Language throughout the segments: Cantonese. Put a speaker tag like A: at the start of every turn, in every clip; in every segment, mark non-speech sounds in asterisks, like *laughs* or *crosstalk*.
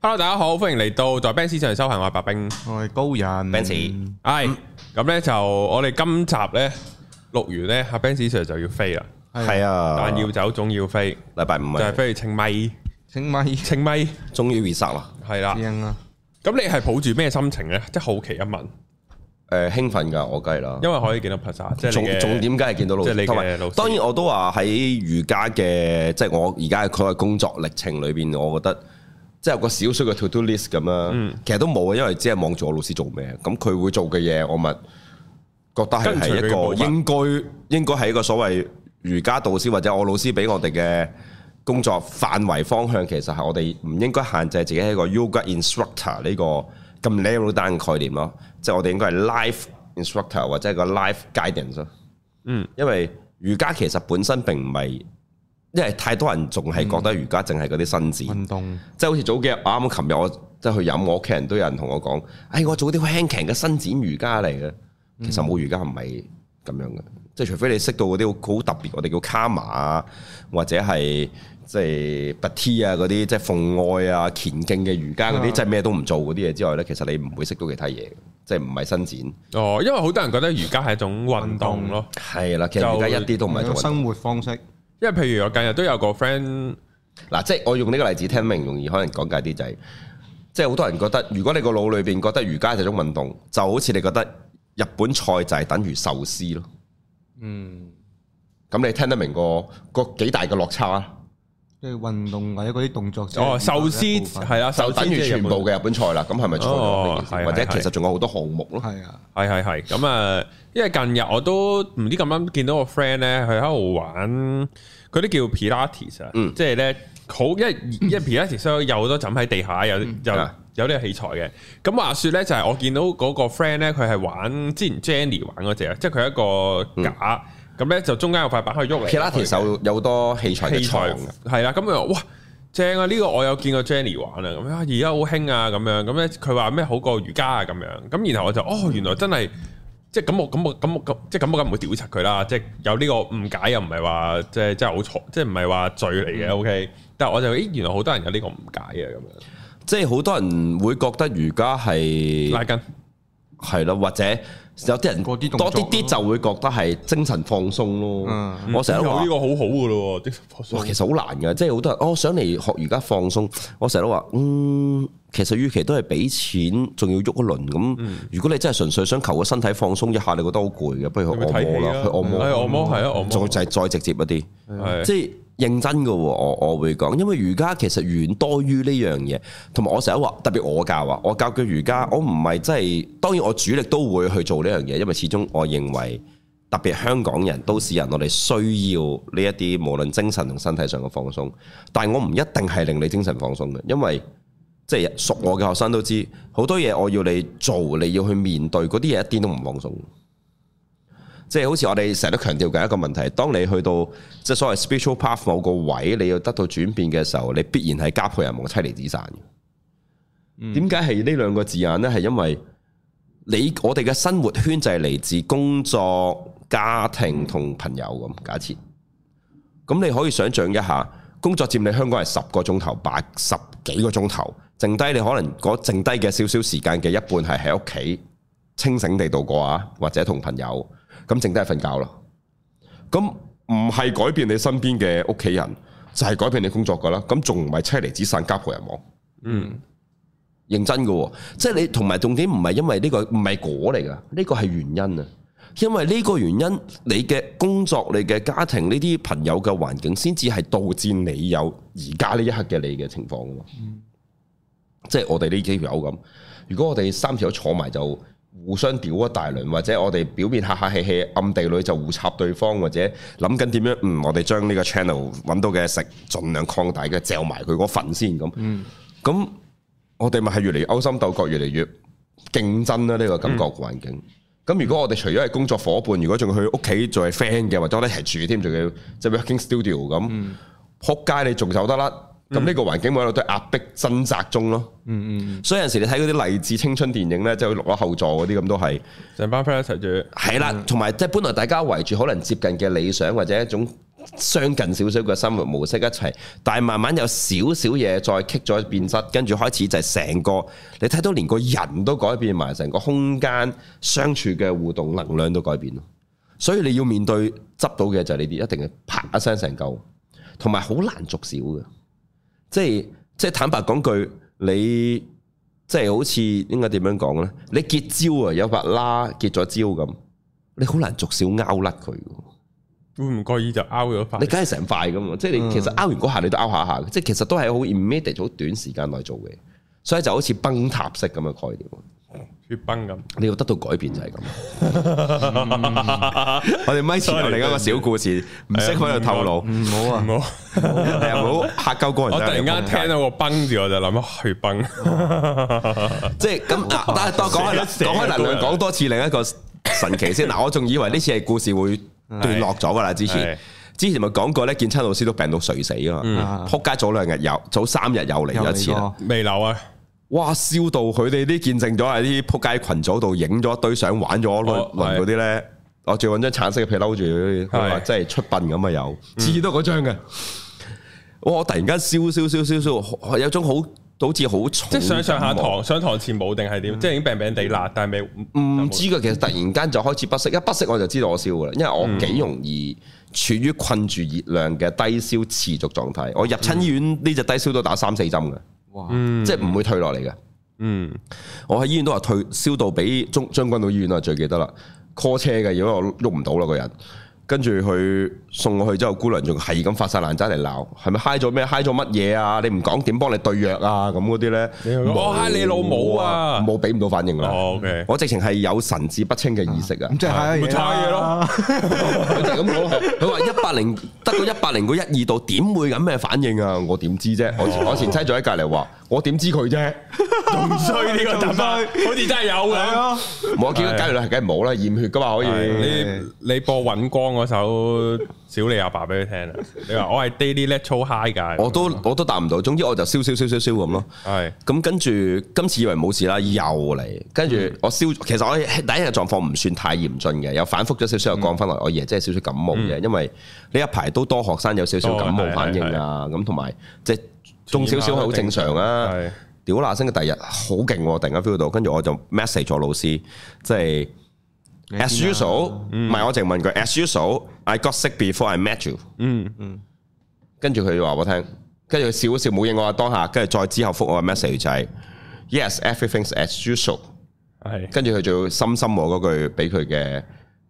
A: Hello，大家好，歡迎嚟到在 Benz 上修行，我係白冰。
B: 我係高人
C: Benz
A: 係咁咧，就我哋今集咧錄完咧，阿 Benz Sir 就要飛啦，
B: 係
C: 係
B: 啊，
C: 啊，
A: 但要走總要飛，
C: 禮拜五
A: 就係
C: 啊，
A: 飛去清咪，
B: 請咪
A: *laughs* 清咪
C: 終於 reset 啦。
A: 係啦。
B: 正啊，
A: 咁你係抱住咩心情咧？即係好奇一問，
C: 誒興奮㗎，我梗係啦。
A: 因為可以見到 Pasa，即係
C: 啊重
A: 你嘅
C: 重點梗係見到老
A: 即係你嘅
C: 師，同埋
A: 老師
C: 當然我都話喺瑜伽嘅，即係我而家佢嘅工作歷程裏邊，我覺得即係有個小小嘅 to do list 咁啦。
A: 嗯
C: 其實都冇啊，因為只係望住我老師做咩，咁佢會做嘅嘢，我咪覺得係
A: 跟隨佢
C: 係
A: 嘅步伐
C: 一個應該應該係一個所謂瑜伽導師或者我老師俾我哋嘅工作範圍方向，其實係我哋唔應該限制自己係一個 yoga instructor 呢個咁 narrow down 嘅概念咯。即係我哋應該係 life instructor 或者係個 life guidance 咯。
A: 嗯，
C: 因為瑜伽其實本身並唔係，因為太多人仲係覺得瑜伽淨係嗰啲伸展。
B: 運動
C: 即係好似早幾日啱啱，琴日我即係去飲，我屋企人都有人同我講：，哎，我做啲好輕強嘅伸展瑜伽嚟嘅。其實冇瑜伽唔係咁樣嘅，即係除非你識到嗰啲好好特別，我哋叫卡瑪啊，或者係即係 b a t 啊嗰啲，即係奉愛啊、虔敬嘅瑜伽嗰啲，即係咩都唔做嗰啲嘢之外咧，其實你唔會識到其他嘢嘅，即係唔係伸展。
A: 哦，因為好多人覺得瑜伽係一種運動
C: 嗯
A: 咯。
C: 係啦，其
A: 就
C: 實而家一啲都唔係
B: 係
C: 做
B: 個
C: 運動。
B: 生活方式，
A: 因為譬如我近日都有個 friend，
C: 嗱，即係我用呢個例子聽明容易，可能講解啲就係、即係好多人覺得，如果你個腦裏邊覺得瑜伽係一種運動，就好似你覺得日本菜就係等於壽司咯。
B: 嗯，
C: 咁你聽得明個個幾大嘅落差啊？
B: 即係運動或者嗰啲動作。
A: 哦，壽司係啦，
C: 就
A: 壽司
C: 等於全部
A: 嘅，
C: 嘅日本菜啦。咁係咪錯咗呢件事
A: 哦係
C: 或者
A: 係
C: 其實仲有好多項目咯。
B: 係啊，
A: 係係係。咁啊，因為近日我都唔知咁啱見到個 friend 咧，佢喺度玩嗰啲叫 Pilates 啊，
C: 嗯
A: 即係咧好，因為因為 Pilates 有好多枕喺地下，有有
C: 嗯係
A: 有啲器材嘅。咁話說咧，就係我見到嗰個 friend 咧，佢係玩之前 Jenny 玩嗰只啊，即係佢一個架，咁咧就中間有塊板可以喐嚟。
C: Pilates 有有好多器材嘅
A: 器材
C: 床嘅，
A: 係啦，咁佢話哇正啊！呢、個我有見過 Jenny 玩啊，咁啊而家好興啊咁樣，咁咧佢話咩好過瑜伽啊咁樣，咁然後我就哦原來真係即係咁我咁我咁我咁即係咁我梗唔會屌柒佢啦，即係有呢個誤解又啊唔係話即係真係好錯，即係唔係話罪
C: 嗯
A: 嚟嘅 OK，但係我就咦原來好多人有呢個誤解啊嘅咁樣
C: 即係好多人會覺得瑜伽係
A: 拉筋
C: 係咯，或者有啲人
B: 嗰啲動作
C: 多啲啲就會覺得係精神放鬆咯。
B: 嗯
C: 我成日都
A: 有
C: 話
A: 呢個好好嘅咯喎，即係放鬆
C: 哇，其實好難嘅，即係好多人，哦我想嚟學瑜伽放鬆，我成日都話，嗯，其實與其都係俾錢，仲要喐一輪咁。
A: 嗯
C: 如果你真係純粹想求個身體放鬆一下，你覺得好攰嘅，不如去
A: 你咪睇
C: 按
A: 戲
C: 摩啦，去按摩，
A: 係按摩係啊按摩，
C: 仲就係再直接一啲，
A: 係啊
C: 即係。認真嘅喎，我我會講，因為瑜伽其實遠多於呢樣嘢，同埋我成日話，特別我教啊，我教嘅瑜伽，我唔係真係，當然我主力都會去做呢樣嘢，因為始終我認為特別香港人、都市人，我哋需要呢一啲無論精神同身體上嘅放鬆，但係我唔一定係令你精神放鬆嘅，因為即係熟我嘅學生都知，好多嘢我要你做，你要去面對嗰啲嘢，一啲都唔放鬆。即係好似我哋成日都強調緊一個問題，當你去到即係所謂 spiritual path 某個位，你要得到轉變嘅時候，你必然係家破人亡、妻離子散嘅。點解係呢兩個字眼呢？係因為你我哋嘅生活圈就係嚟自工作、家庭同朋友咁假設。咁你可以想象一下，工作佔你香港係十個鐘頭、八十幾個鐘頭，剩低你可能嗰剩低嘅少少時間嘅一半係喺屋企清醒地度過啊，或者同朋友，咁剩低係瞓覺咯。咁唔係改變你身邊嘅屋企人，就係、改變你工作噶啦。咁仲唔係妻離子散、家破人亡？
A: 嗯
C: 認真嘅喎，即係你同埋重點唔係因為呢、個唔係果嚟噶，呢個係原因啊。因為呢個原因，你嘅工作、你嘅家庭、呢啲朋友嘅環境，先至係導致你有而家呢一刻嘅你嘅情況啊嘛。即係我哋呢幾條友咁，如果我哋三條友坐埋就互相屌一大輪，或者我哋表面客客氣氣，暗地裏就互插對方，或者諗緊點樣，嗯，我哋將呢個 channel 揾到嘅食，盡量擴大嘅，嚼埋佢嗰份先咁。咁、我哋咪係越嚟越勾心鬥角，越嚟越競爭啦呢個感覺環境。咁、如果我哋除咗係工作伙伴，如果仲去屋企仲係 friend 嘅，或者我哋一齊住添，仲要即係 working studio 咁，撲街你仲走得甩。咁呢個環境每一路都係壓迫掙扎中咯。
B: 嗯嗯
C: 所以有陣時你睇嗰啲勵志青春電影呢，即係佢錄咗後座嗰啲咁都係，
A: 成班 friend 一齊住
C: 係啦，同埋即係本來大家圍住可能接近嘅理想或者一種相近少少嘅生活模式一齊，但係慢慢有少少嘢再棘咗變質，跟住開始就係成個你睇到連個人都改變埋，成個空間相處嘅互動能量都改變咯。所以你要面對執到嘅就係呢啲，一定係啪一聲成嚿，同埋好難逐少嘅。即係即係坦白講句，你即係好似應該點樣講咧？你結焦啊，有把啦結咗焦咁，你好難逐少拗甩佢嘅。
A: 會唔覺意就拗咗塊
C: 你。梗係成塊咁嘛，即係你其實拗完嗰下你都拗下下嘅，即係其實都係好 immediate 好短時間內做嘅，所以就好似崩塌式咁嘅概念。
A: 血崩
C: *laughs*
A: 咁，
C: 你要得到改變就係咁。 *laughs* 我哋咪前有另一個小故事，唔識喺度透露，
B: 唔好啊，
A: 唔好，
C: 你又唔好嚇鳩個人。
A: 我突然間聽到個崩字，我就諗啊血崩，
C: 即係 *laughs* 咁嗱，但係當講開能
A: 成日
C: 講開能量，講多次另一個神奇先。嗱，我仲以為呢次係故事會段落咗㗎啦，之
A: 係。
C: 前之前咪講過咧，見親老師都病到垂死啊嘛，
B: 嗯
C: 撲街早兩日又，早三日又嚟
B: 又
C: 咗一次啦。
A: *laughs* 未流啊！
C: 哇！笑到佢哋啲見證咗喺啲撲街群組度影咗一堆相，玩咗一輪
A: 哦
C: 輪嗰啲咧，我仲揾張橙色嘅被褸住，佢話
A: 係
C: 真係出殯咁啊有，次次都嗰張嘅。哇！我突然間笑笑笑笑笑，有種好好似好重，
A: 即係上上下，堂，上堂前冇定嗯係點？即係已經病病地辣，但係未
C: 唔知嘅。其實突然間就開始不適，一不適我就知道我笑噶啦，因為我幾容易處於困住熱量嘅低燒持續狀態。我入親醫院呢只低燒都打三四針嘅，
B: 哇，
C: 即係唔會退落嚟嘅。
A: 嗯
C: 我喺醫院都話退燒到俾中將軍澳醫院啊，最記得啦，call 車嘅，因為我喐唔到啦個人。跟住佢送我去之後，姑娘仲係咁發晒爛渣嚟鬧，係咪嗨咗咩？嗨咗乜嘢啊？你唔講點幫你對藥啊？咁嗰啲咧，
A: 你又講
C: 冇
A: 我嗨你老母啊
C: 冇俾唔到反應啦。
A: 哦，OK
C: 我直情係有神志不清嘅意識啊
B: 咁！即係係
A: 咪差嘢咯，啊
C: 佢就係咁講啦，佢話一百零得個一百零個一二度，點會咁嘅反應啊？我點知啫？我前我前妻就喺隔離話，我點知佢啫？
A: 仲衰呢個答案，好似真係有 *laughs* 咁。
B: 係啊，
C: 冇我見到隔離係梗係冇啦，驗血噶嘛可以。
A: 你你播尹光嗰首《小你阿爸》俾佢聽啊！你話我係 daily let o high 㗎，
C: 我都我都答唔到，總之我就燒燒燒燒燒咁咯。
A: 啊係
C: 咁跟住今次以為冇事啦，又嚟，跟住
A: 嗯
C: 我燒，其實我第一日狀況唔算太嚴峻嘅，又反覆咗少少又降
A: 嗯
C: 翻落嚟，我以為真係少少感冒嘅，因為呢一排都多學生有少少感
A: 哦
C: 冒反應啊，咁同埋即係中少少係好正常啊。
A: 係
C: 屌嗱聲嘅第二日好勁喎，突然間 feel 到，跟住我就 message 咗老師，即係
A: 嗯
C: as usual，唔係我淨問佢 as usual，I got sick before I met you。
A: 嗯
C: 跟住佢話我聽，跟住佢笑一笑冇應我啊當下，跟住再之後覆我嘅 message 就係 yes everything's as usual，
A: 係
C: 跟住佢就要深深我嗰句俾佢嘅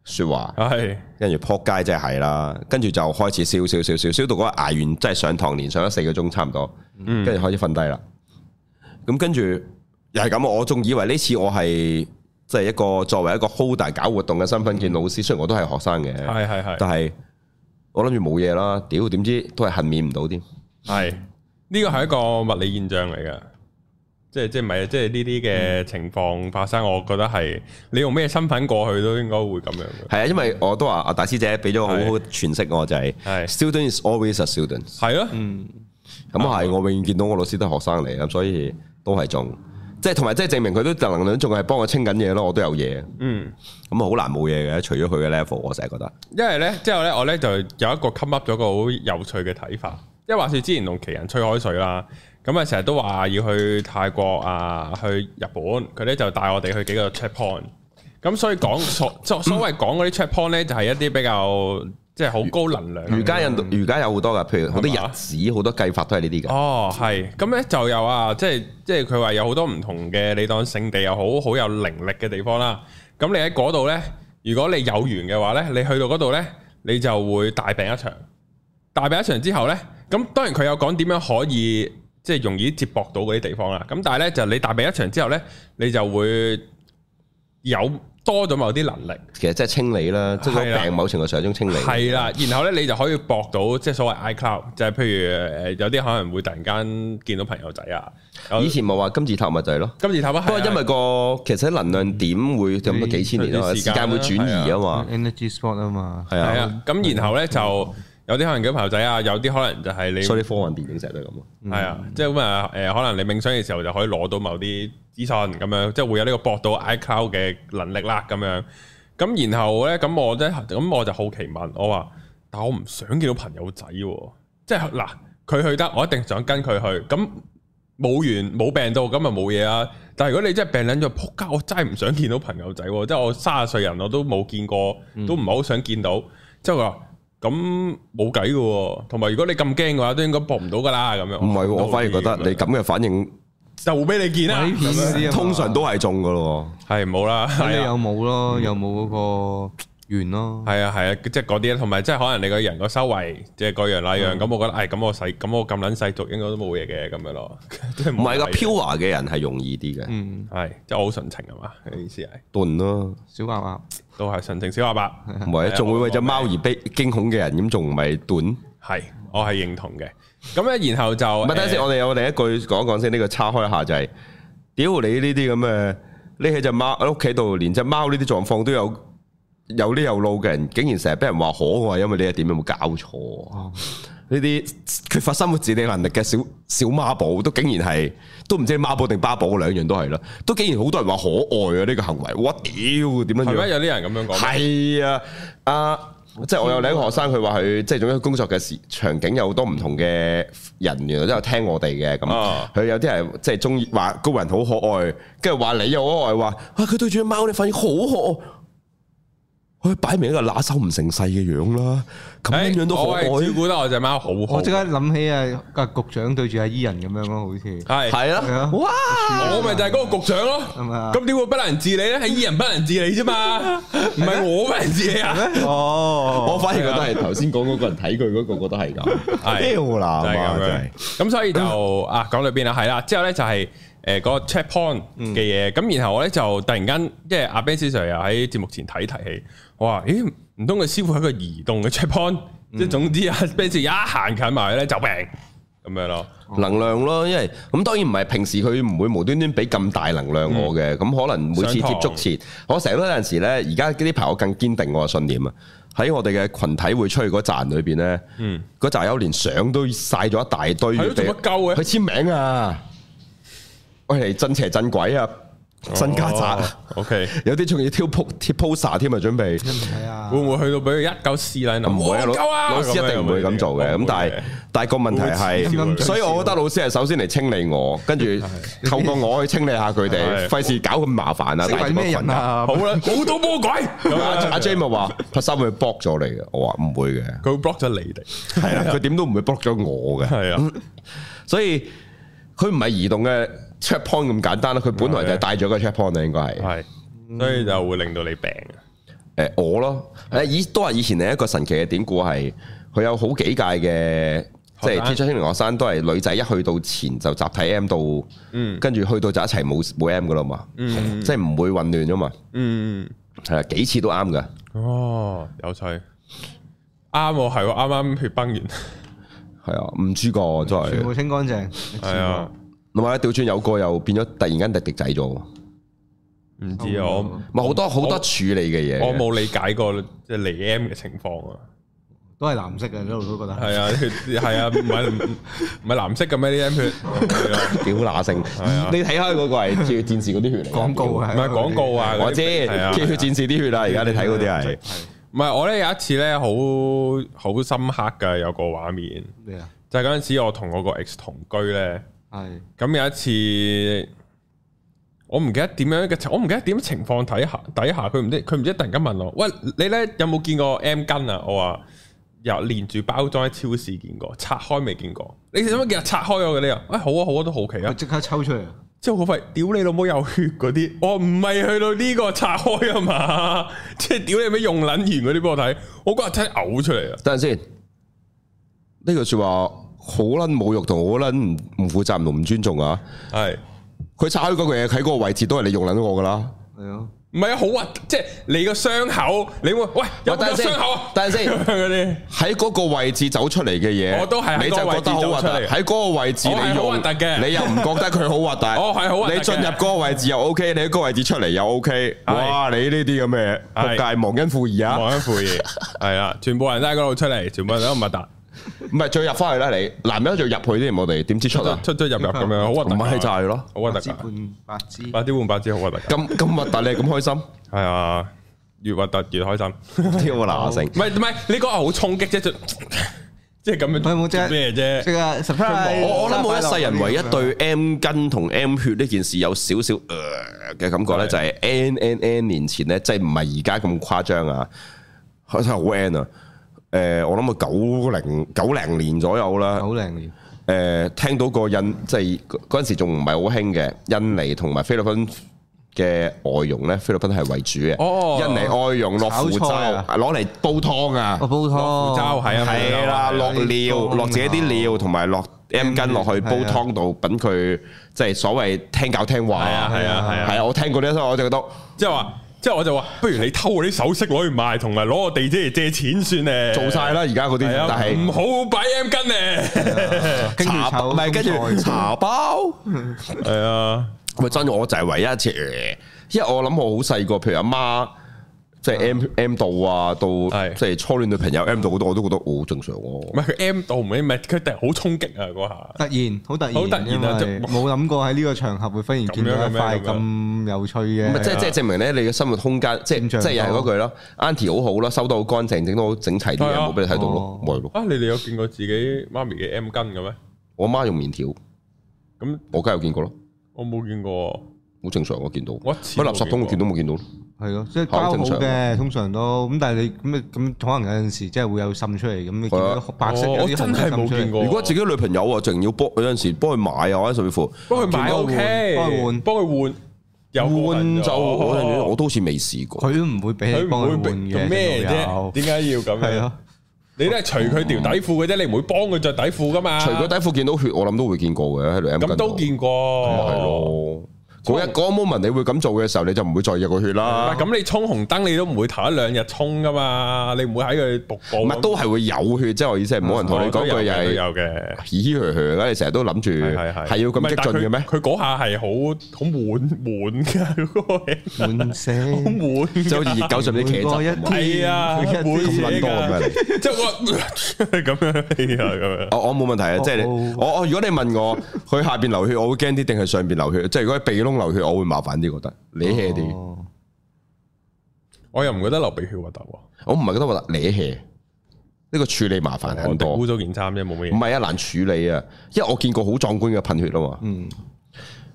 C: 説話，
A: 係
C: 跟住撲街即係係啦，跟住就開始燒燒燒燒燒到嗰日捱完，真係上堂連上咗四個鐘差唔多，跟住開始瞓低啦。咁跟住又係咁，我仲以為呢次我係即係一個作為一個 holder 搞活動嘅身份見老師，雖然我都係學生嘅，
A: 係係係
C: 但係我諗住冇嘢啦，屌點知都係幸免唔到添。
A: 係呢個係一個物理現象嚟㗎。即係即係唔係即係呢啲嘅情況發生，我覺得係你用咩身份過去都應該會咁樣嘅。
C: 係啊，因為我都話阿大師姐俾咗個好好
A: 係
C: 詮釋我，就係
A: 係嗯
C: student is always a student。
A: 係咯，
C: 咁
A: 啊
C: 係，我永遠見到我老師都係學生嚟，咁所以都係中。即係同埋即係證明佢都能量仲係幫我清緊嘢咯，我都有嘢。
A: 嗯。
C: 咁好難冇嘢嘅，除咗佢嘅 level，我成日覺得。
A: 因為咧之後咧，我咧就有一個 come up 咗個好有趣嘅睇法。因為話説之前同奇人吹海水啦，咁啊成日都話要去泰國啊，去日本，佢咧就帶我哋去幾個 check point。咁所以講所所所謂講嗰啲 check point 咧，就係一啲比較即係好高能量嘅
C: 瑜伽印度瑜伽有好多㗎，譬如好
A: 嗯
C: 多
A: 係嘛
C: 日子，好多計法都係呢啲㗎。
A: 哦，係，咁咧就有啊，即係即係佢話有好多唔同嘅，你當聖地又好，好有靈力嘅地方啦。咁你喺嗰度呢，如果你有緣嘅話呢，你去到嗰度呢，你就會大病一場。大病一場之後呢，咁當然佢有講點樣可以即係容易接駁到嗰啲地方啦。咁但係呢，就你大病一場之後呢，你就會有多咗某啲能力。
C: 其實即係清理啦，即係
A: 係啦啊
C: 嗰個病某程度上係一種清理。
A: 係啦，然後咧你就可以駁到即係所謂 iCloud，就係譬如誒有啲可能會突然間見到朋友仔啊，有
C: 以前咪話金字塔咪就係咯。
A: 金字塔啊，
C: 不過
A: 係啊
C: 因為個其實能量點會咁多幾千年
A: 隨
C: 啊，
A: 住
C: 時
A: 嗯時間啦
C: 間會轉移啊嘛。
B: *laughs* energy spot 啊嘛，
C: 係
A: 係
C: 啊。
A: 啊，咁然後咧就有啲可能叫朋友仔啊，有啲可能就係你
C: 所以啲科幻電影成日都係咁咯。
A: 係啊，
C: 嗯
A: 即係咁啊誒，可能你冥想嘅時候就可以攞到某啲資訊咁樣，即係會有呢個駁到 iCloud 嘅能力啦咁樣。咁然後咧，咁我咧咁我就好奇問我話：但我唔想見到朋友仔喎，即係嗱，佢去得，我一定想跟佢去。咁冇完冇病到，咁咪冇嘢啦。但係如果你真係病撚咗，仆街，我真係唔想見到朋友仔喎。即係我三十歲人，我都冇見過，
C: 嗯
A: 都唔係好想見到。之後佢話咁冇計嘅喎，同埋如果你咁驚嘅話，都應該搏唔到噶啦。咁樣
C: 唔係喎，我反而覺得你
A: 咁
C: 咁嘅反應
A: 就俾你見啦。
B: 鬼片嗰啲啊嘛
C: 通常都係中噶咯
A: 係冇啦，
B: 睇
A: 係
B: 你
A: 啊。
B: 有冇咯，有冇嗰個緣咯。
A: 系啊系啊，即係嗰啲，同埋即係可能你個人個修為，即係各樣那
C: 嗯
A: 樣，咁我覺得，哎唉，咁我使，咁我咁撚世俗，應該都冇嘢嘅，咁樣咯， *laughs* 即係
C: 喎，唔係噶，pure 嘅人係容易啲嘅，
B: 嗯，
A: 係即係我好純情啊嘛，你意思係
C: 鈍咯，
B: 小鴨鴨
A: 都係純情小阿
C: *laughs*
A: 伯，
C: 唔係啊仲會為只貓而悲驚恐嘅人，咁仲唔係鈍？
A: 係我係認同嘅。咁咧，然後就
C: 唔係，等陣先，我哋有另一句講一講先。呢個叉開一下就係，屌你呢啲咁嘅，匿喺只貓喺屋企度，連只貓呢啲狀況都有有呢有路嘅人，竟然成日俾人話可愛，因為呢一點有冇搞錯啊？呢啲缺乏生活自理能力嘅小小孖寶，都竟然係都唔知孖寶定巴寶兩樣都係啦，都竟然好多人話可愛啊！呢、個行為，我屌點樣
A: 係
C: 啊樣
A: 咩？？有啲人咁樣講，
C: 係啊，啊，即係我有另一個學生，佢話佢即係總之工作嘅時場景有好多唔同嘅人，原來都有聽我哋嘅咁。
A: 啊
C: 佢有啲人即係中意話高人好可愛，跟住話你又可愛，話啊佢對住隻貓，你發現好可愛，佢擺明一個拿手唔成世嘅樣啦，咁樣樣都啊可
A: 我係照
C: 愛。
A: 顧得我只貓好好
B: 我即，刻諗起啊，個局長對住阿伊人咁樣咯，好似
A: 係
C: 係嗯
B: 係
C: 啦
B: 啊，
C: 哇！
A: 我咪就係嗰個局長咯。
B: 咁啊
A: 咁點會不能自理咧？係伊人不能自理啫嘛，唔係我不能自理啊。
B: 哦，
C: 我反而覺得係頭先講嗰個人睇佢嗰個，覺得係
A: 係
C: 咁， *laughs* 屌啦，
A: 就係咁
C: 哇真係
A: 樣。咁所以就啊講到邊啦，係啦。之後咧就係誒個 checkpoint 嘅嘢。咁然後我咧就突然間，即係阿 Ben Sir 又喺節目前睇提起，我話：咦，唔通佢師傅係一個移動嘅 checkpoint？即係總之啊，Ben Sir 一行近埋咧就病咁樣咯。
C: 能量咯，因為咁當然唔係平時佢唔會無端端俾咁大能
A: 嗯
C: 量我嘅，咁、可能每次接觸前，我成日都有陣時呢，而家啲朋友更堅定我嘅信念啊！喺我哋嘅群體會出去嗰站裏邊呢，嗰站有連相都晒咗一大堆
A: 嗯係
C: 要
A: 咯
C: 俾，
A: 做乜鳩嘅
C: 佢簽名啊！喂，係真邪真鬼啊，真家宅啊！
A: 哦，OK，
C: 有啲仲要挑 po 貼 poster 添啊，準備。
B: 係啊
A: 會，唔會去到俾佢一嚿屎奶
C: 唔會啊，老老師一定唔會咁做嘅。咁但係但係個問題
A: 會唔會
C: 係，所以我覺得老師係首先嚟清理我，跟住透過我去清理下
A: 係
C: 佢哋，費事搞咁麻煩啊！
B: 識
C: 大
B: 為咩人？啊
A: 好？啦，冇到魔鬼咁
C: 阿
A: 啊！
C: 阿 J 咪話 p 三會 block 咗你嘅，我話唔會嘅，
A: 佢會 block 咗你哋，
C: 係啊啦，佢點都唔會 block 咗我嘅，
A: 係啊，
C: 所以佢唔係移動嘅 check point 咁簡單啦，佢本來就係帶咗個 check point 啊，應該係。
A: 係，所以就會令到你病啊。
C: 誒呃我咯，誒以都話以前另一個神奇嘅典故係，佢有好幾屆嘅即係
A: 學生
C: T 出青年學生都係女仔一去到前就集體 M 到，
A: 嗯
C: 跟住去到就一齊冇冇 M 噶啦嘛，
A: 嗯
C: 即係唔會混亂噶嘛，
A: 嗯。
C: 係啊幾次都啱噶，
A: 哦，有趣，啱喎，係喎，啱啱血崩完，
C: 係啊唔知個真
B: 全
C: 係，
B: 部清乾淨，係
A: 係啊，，
C: 同埋咧調轉有個又變咗突然間滴滴仔咗，咪
A: 唔
B: *laughs*
A: 知啊，我
C: 好多好多處理嘅嘢嘅，
A: 我冇理解過即係離 M 嘅情況啊，
B: 都係藍色嘅，一路都覺得係
A: 係啊，血係啊，唔係唔係藍色嘅咩啲 M 血，係啊
C: 屌乸性，
A: 啊
C: 你睇開嗰個係《鐵血戰士》嗰啲血嚟㗎
B: 廣告啊
A: 唔係廣告啊，
C: 我知《
A: 係啊
C: 鐵血戰士》啲血啦，而家你睇嗰啲係。
A: 唔係我咧有一次咧好好深刻嘅有個畫面，
B: 咩啊？
A: 就係嗰陣時我同我個 ex 同居咧。
B: 係
A: 咁有一次，我唔記得點樣嘅情，我唔記得點情況底下底下，佢唔知佢唔知突然間問我，喂，你咧有冇見過 M 巾啊？我話又連住包裝喺超市見過，拆開未見過。你做乜叫人拆開我嘅你啊？喂、好啊好啊，都好奇
B: 佢
A: 啊。
B: 即刻抽出嚟啊，
A: 之後我發現屌你老母有血嗰啲，我話唔係去到呢個拆開啊嘛， *laughs* 即係屌你咩用撚完嗰啲俾我睇，我嗰日真係嘔出嚟啊！
C: 等陣先，呢句说話好撚侮辱同好撚唔唔負責任同唔尊重啊！
A: 係。
C: 佢拆開嗰句嘢喺嗰個位置都係你用撚我噶啦。
B: 係咯，
A: 唔係啊，好核，即係你個傷口，你會喂有冇
C: 喂等陣先
A: 傷口啊？
C: 等陣先
A: 嗰啲，
C: 喺嗰個位置走出嚟嘅嘢，
A: 我都係
C: 你
A: 喺
C: 就
A: 嗰個
C: 覺得好核
A: 位置走
C: 突。
A: 出嚟
C: 喺嗰個位置
A: 我係好
C: 你用
A: 核突嘅
C: 你又唔覺得佢好
A: *laughs*
C: 核突？
A: 我係好核突嘅
C: 你進入嗰個位置又 OK，你喺嗰個位置出嚟又 OK。
A: 係
C: 哇！你呢啲咁嘅
A: 係
C: 仆街忘恩負義啊！
A: 忘恩負義，係啦，全部人都喺嗰度出嚟，全部人都唔核突，
C: 唔係，再入翻去啦你，男人仲入去添，我哋點知出啊？
A: 出出入入咁樣，好核
C: 唔
A: 突，
C: 係就係咯，
A: 好核
B: 八
A: 突
B: 支
A: 㗎，
B: 半八支，
A: 八支換八支好核突㗎， *laughs*
C: 咁咁核突你咁開心？
A: 係啊，越核突越開心。
C: 跳嗱聲
A: 唔係唔係，你嗰下好衝擊啫，就即係咁樣。
B: 喂冇啫
A: 咩啫？
B: 即係 surprise！
C: 我我諗我一世人唯一
B: 咁
C: 對 M 根同 M 血呢件事有少少呃嘅感覺
A: 係
C: 咧，就係 N N N 年前咧，即係唔係而家咁誇張啊，真係好 N 啊！誒，我諗啊九零九零年左右
B: 樣
C: 啦，
B: 好靚嘅，
C: 誒、聽到個印即係嗰陣時仲唔係好興嘅，印尼同埋菲律賓嘅外傭咧，菲律賓係為主嘅。
A: 哦
C: 印尼外傭落
B: 炒
C: 腐
B: 菜
C: 洲，
B: 啊
C: 攞嚟煲湯啊
B: 我，煲
A: 胡
B: 湯
A: 椒係啊，
C: 係啦，
A: 係啊嗯
C: 落料
B: 煲湯啊
C: 落自己啲料，同埋落 M 巾落去煲
B: 係啊
C: 湯度，等佢即係所謂聽教聽話。
A: 係啊係啊係啊
C: 係啊，我聽過呢一首，我就覺得
A: 即係話，即係我就話，不如你偷我啲首飾攞去賣，同埋攞我地姐嚟借錢算咧。
C: 做晒啦，而家嗰啲
A: 係啊，，
C: 但係
A: 唔好擺 M 巾咧。
B: 跟住
C: 茶
B: 炒
C: 唔係跟住
B: 中菜
C: 茶包。
A: 係啊，
C: 咪真，我就係唯一一次，呃因為我諗我好細個，譬如阿媽即係 M M 度啊，到
A: 嗯係
C: 即係初戀女朋友 M 度嗰度，我都覺得我好正常
A: 唔
C: 喎。
A: 係啊佢 M 到唔係，唔係佢突然好衝擊啊嗰下。
B: 突然好突然，
A: 好突然啊
B: 因為
A: 即
B: 冇諗過喺呢個場合會忽然見到
A: 咁樣
B: 一塊
A: 咁樣
B: 咁有趣嘅，
C: 咁啊，即係即係證明咧，你嘅生活空間，即係
B: 正
C: 即
B: 常
C: 係又係嗰句咯。Auntie 好好啦，收得好乾淨，整到好整齊啲
A: 係
C: 嘢，
A: 啊
C: 冇俾你睇到
B: 哦，
C: 咯咪係咯。
A: 啊，你哋有見過自己媽咪嘅 M 巾嘅咩？
C: 我媽用棉條，
A: 咁
C: 我梗係有見過咯，
A: 我冇見過，
C: 好正常我見到。
A: 我
C: 乜
A: 一次
C: 垃圾桶
A: 冇
C: 見
A: 見
C: 到冇見到咯？
B: 係咯，即係
C: 好
B: 交好
C: 正常
B: 嘅，通常都咁。但係你咁咁，可能有陣時真係會有滲出嚟，咁你見
C: 係
B: 到
C: 啊
B: 白色
A: 哦
B: 有
A: 我
B: 啲
A: 真係冇見過。
C: 如果自己女朋友啊，仲要幫有陣時幫佢買啊，或者甚至乎
A: 幫佢買
B: 幫佢
A: OK，
B: 換幫佢換
A: 幫佢換，有過分
C: 換就我陣時
A: 咗
C: 我都好似未試過。
B: 佢都唔會俾
A: 哦佢
B: 你幫
A: 唔
B: 佢
A: 會
B: 換
A: 俾做
B: 嘅，
A: 咩啫？點解啊要咁
B: 係
A: 樣
C: 啊
B: 咯？，
A: 你都係除佢條底褲嘅啫，你唔會幫佢着底褲噶嘛？
C: 除咗底褲見到血，我諗都會見過嘅喺女人
A: 啊咁
C: 近
A: 都
C: 度
A: 見過，
C: 係。咯。嗰一嗰一 moment 你會咁做嘅時候，你就唔會再意個血啦。
A: 咁你衝紅燈，你都唔會頭一兩日衝噶嘛？你唔會喺佢瀑布
C: 唔
A: 咁。哦
C: 係都係會有血，即係我意思係冇人同你講
A: 都
C: 句
A: 有
C: 又
A: 嘅都
C: 係
A: 有嘅。
C: 嘻嘻呵呵啦。你成日都諗住
A: 係係
C: 係要咁激進嘅咩？
A: 佢嗰下係好好滿滿嘅嗰個嘢，
B: 換色
A: 好滿㗎。
C: 就好似熱狗上面
B: 換
C: 啲
B: 過一
C: 茄汁咁。
A: 係啊，
B: 每一
A: 滿
B: 啲
A: 嘢
C: 咁撚多
A: 㗎
C: 咁樣，
A: 即係我 *laughs* 咁樣係啊咁樣。
C: 我我冇問題啊，即係你
B: 哦
C: 我我如果你問我 *laughs* 佢下邊流血，我會驚啲定係上邊流血？即係如果係鼻窿流血，我會麻煩啲，覺得你 hea 啲。
B: 哦
A: 我又唔覺得流鼻血核突喎，
C: 我唔係覺得核突，你 hea 呢個處理麻煩
A: 我
C: 很
A: 哋
C: 多。
A: 污咗件衫啫，冇乜
C: 唔
A: 嘢。
C: 係啊，難處理啊，因為我見過好壯觀嘅噴血啊嘛。
B: 嗯，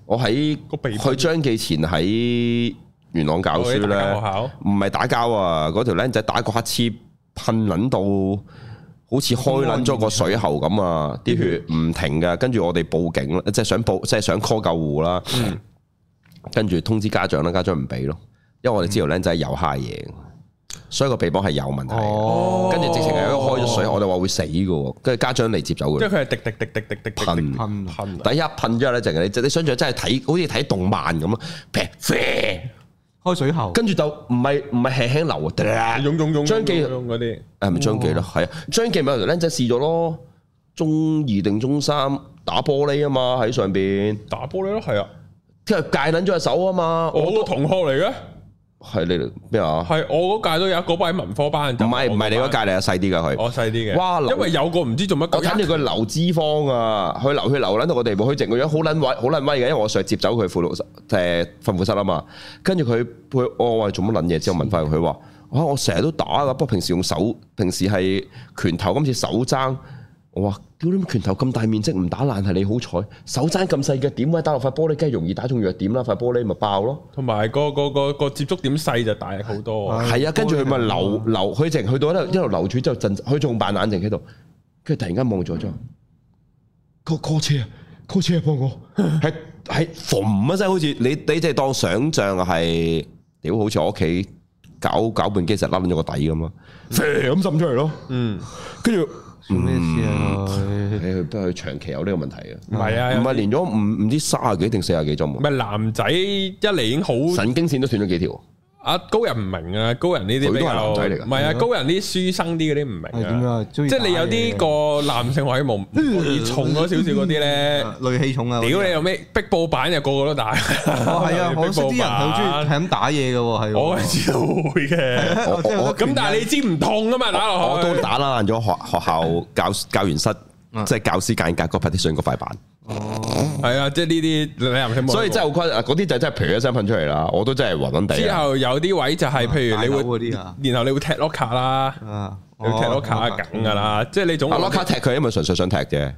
C: 我喺
A: 個鼻
C: 去張記前喺元朗教書
A: 我喺大間學
C: 咧，
A: 校
C: 唔係打交啊，嗰條僆仔打個黑黐噴撚到，好似開撚咗個水喉咁啊，啲血唔停噶，跟住我哋報警啦，即係想報，即係想 call 救護啦，跟住通知家長啦，家長唔俾咯，因為我哋知道僆仔有蝦嘢，所以個鼻膜係有問題嘅。啊
B: 哦
C: 跟住直情係一個開咗水，我哋話會死噶，跟住家長嚟接走
A: 即係
C: 佢，
A: 佢係滴滴滴滴滴滴滴
C: 噴。
B: 噴啊
A: 噴啊
C: 第一噴之後咧，就係你你想象真係睇，好似睇動漫咁咯，啊劈啡，
B: 開水喉，
C: 跟住就唔係唔係輕輕流啊，嗒
A: 涌涌涌
C: 張記
A: 涌嗰啲，
C: 係咪張記咯？係啊，張記咪有條僆仔試咗咯，中二定中三打玻璃啊嘛喺上邊，
A: 打玻璃咯，係啊，
C: 跟住戒撚咗隻手啊嘛，
A: 我個同學嚟嘅，
C: 係你嚟咩啊？
A: 哦係我嗰屆都有一個班喺文科班，
C: 唔
A: 就
C: 係
A: 我
C: 唔係你
A: 嗰
C: 嗰
A: 屆，
C: 屆你啊係細啲㗎佢，
A: 我細啲嘅，
C: 哇流
A: 因為有個唔知做乜
C: 我
A: 鬼，
C: 睇住佢流脂肪啊，佢流血流撚到個地步，佢成個樣好撚威好撚威嘅，因為我上去接走佢輔導室誒訓輔室啊嘛，跟住佢佢我話做乜撚嘢之後問翻佢，佢話啊我成日都打噶，不過平時用手，平時係拳頭，今次手踭。我話：屌你拳頭咁大面積唔打爛係你好彩，手踭咁細嘅點位打落塊玻璃，梗係容易打中弱點啦，塊玻璃咪爆咯。
A: 同埋個個個個接觸點細就大好多喎，
B: 係
C: 係啊，跟住佢咪
B: 玻璃
C: 流
B: 啊
C: 流，佢淨去到一路一路流住之後，陣佢仲扮冷靜喺度，跟住突然間望咗咗，call call 車啊，call 車啊，幫我，係係縫一聲，好似你你即係當想像係，屌好似我屋企搞搞半機實笠咗個底咁啊，啡咁滲出嚟咯，
A: 嗯，
C: 跟住
B: 做咩事啊？佢
C: 誒佢佢長期有呢個問題嘅，
A: 唔係啊，
C: 唔係連咗唔唔知卅幾定四十幾針
A: 唔
C: 喎，
A: 係男仔一嚟已經好。
C: 神經線都斷咗幾條，
A: 啊高人唔明啊，高人呢啲
C: 佢
A: 比
C: 都係
A: 較
C: 男仔嚟㗎
A: 唔係啊，高人啲書生啲嗰啲唔
B: 係
A: 明
B: 點
A: 啊，
B: 啊？即
A: 即係你有啲個男性荷爾蒙熱重咗少少嗰啲
B: *laughs*
A: 咧，
B: 累嗯氣重啊！嗰啲
A: 屌你有咩逼布板就個個都打，
B: 哦，
A: *laughs*
B: 係啊，
A: 逼
B: 我識
A: 布
B: 啲人
A: 板
B: 好中意係咁打嘢嘅喎，係喎
A: 我係知道會嘅，
B: *laughs*
C: 我我我
A: 咁但係你知唔痛啊嘛，打落
C: 我
A: 去
C: 都打爛咗學學校教教員室，
B: 嗯
C: 即係教師間隔嗰 partition 嗰塊板，
B: 哦
A: 系啊，即系呢啲你係咪聽冇
C: 所以真係好困嗰啲就真係皮一聲噴出嚟啦，我都真係暈暈地
A: 之
C: 啊。
A: 後有啲位就係，譬
B: 大
A: 如
B: 樓嗰
A: 你
B: 啲
A: 會，
B: 啊
A: 然後你會踢 lock 卡啦，
B: 啊，
A: 你會踢 lock 卡梗噶
B: 哦
A: 啦，即係你總
C: 阿洛卡踢佢，因為純粹想踢啫，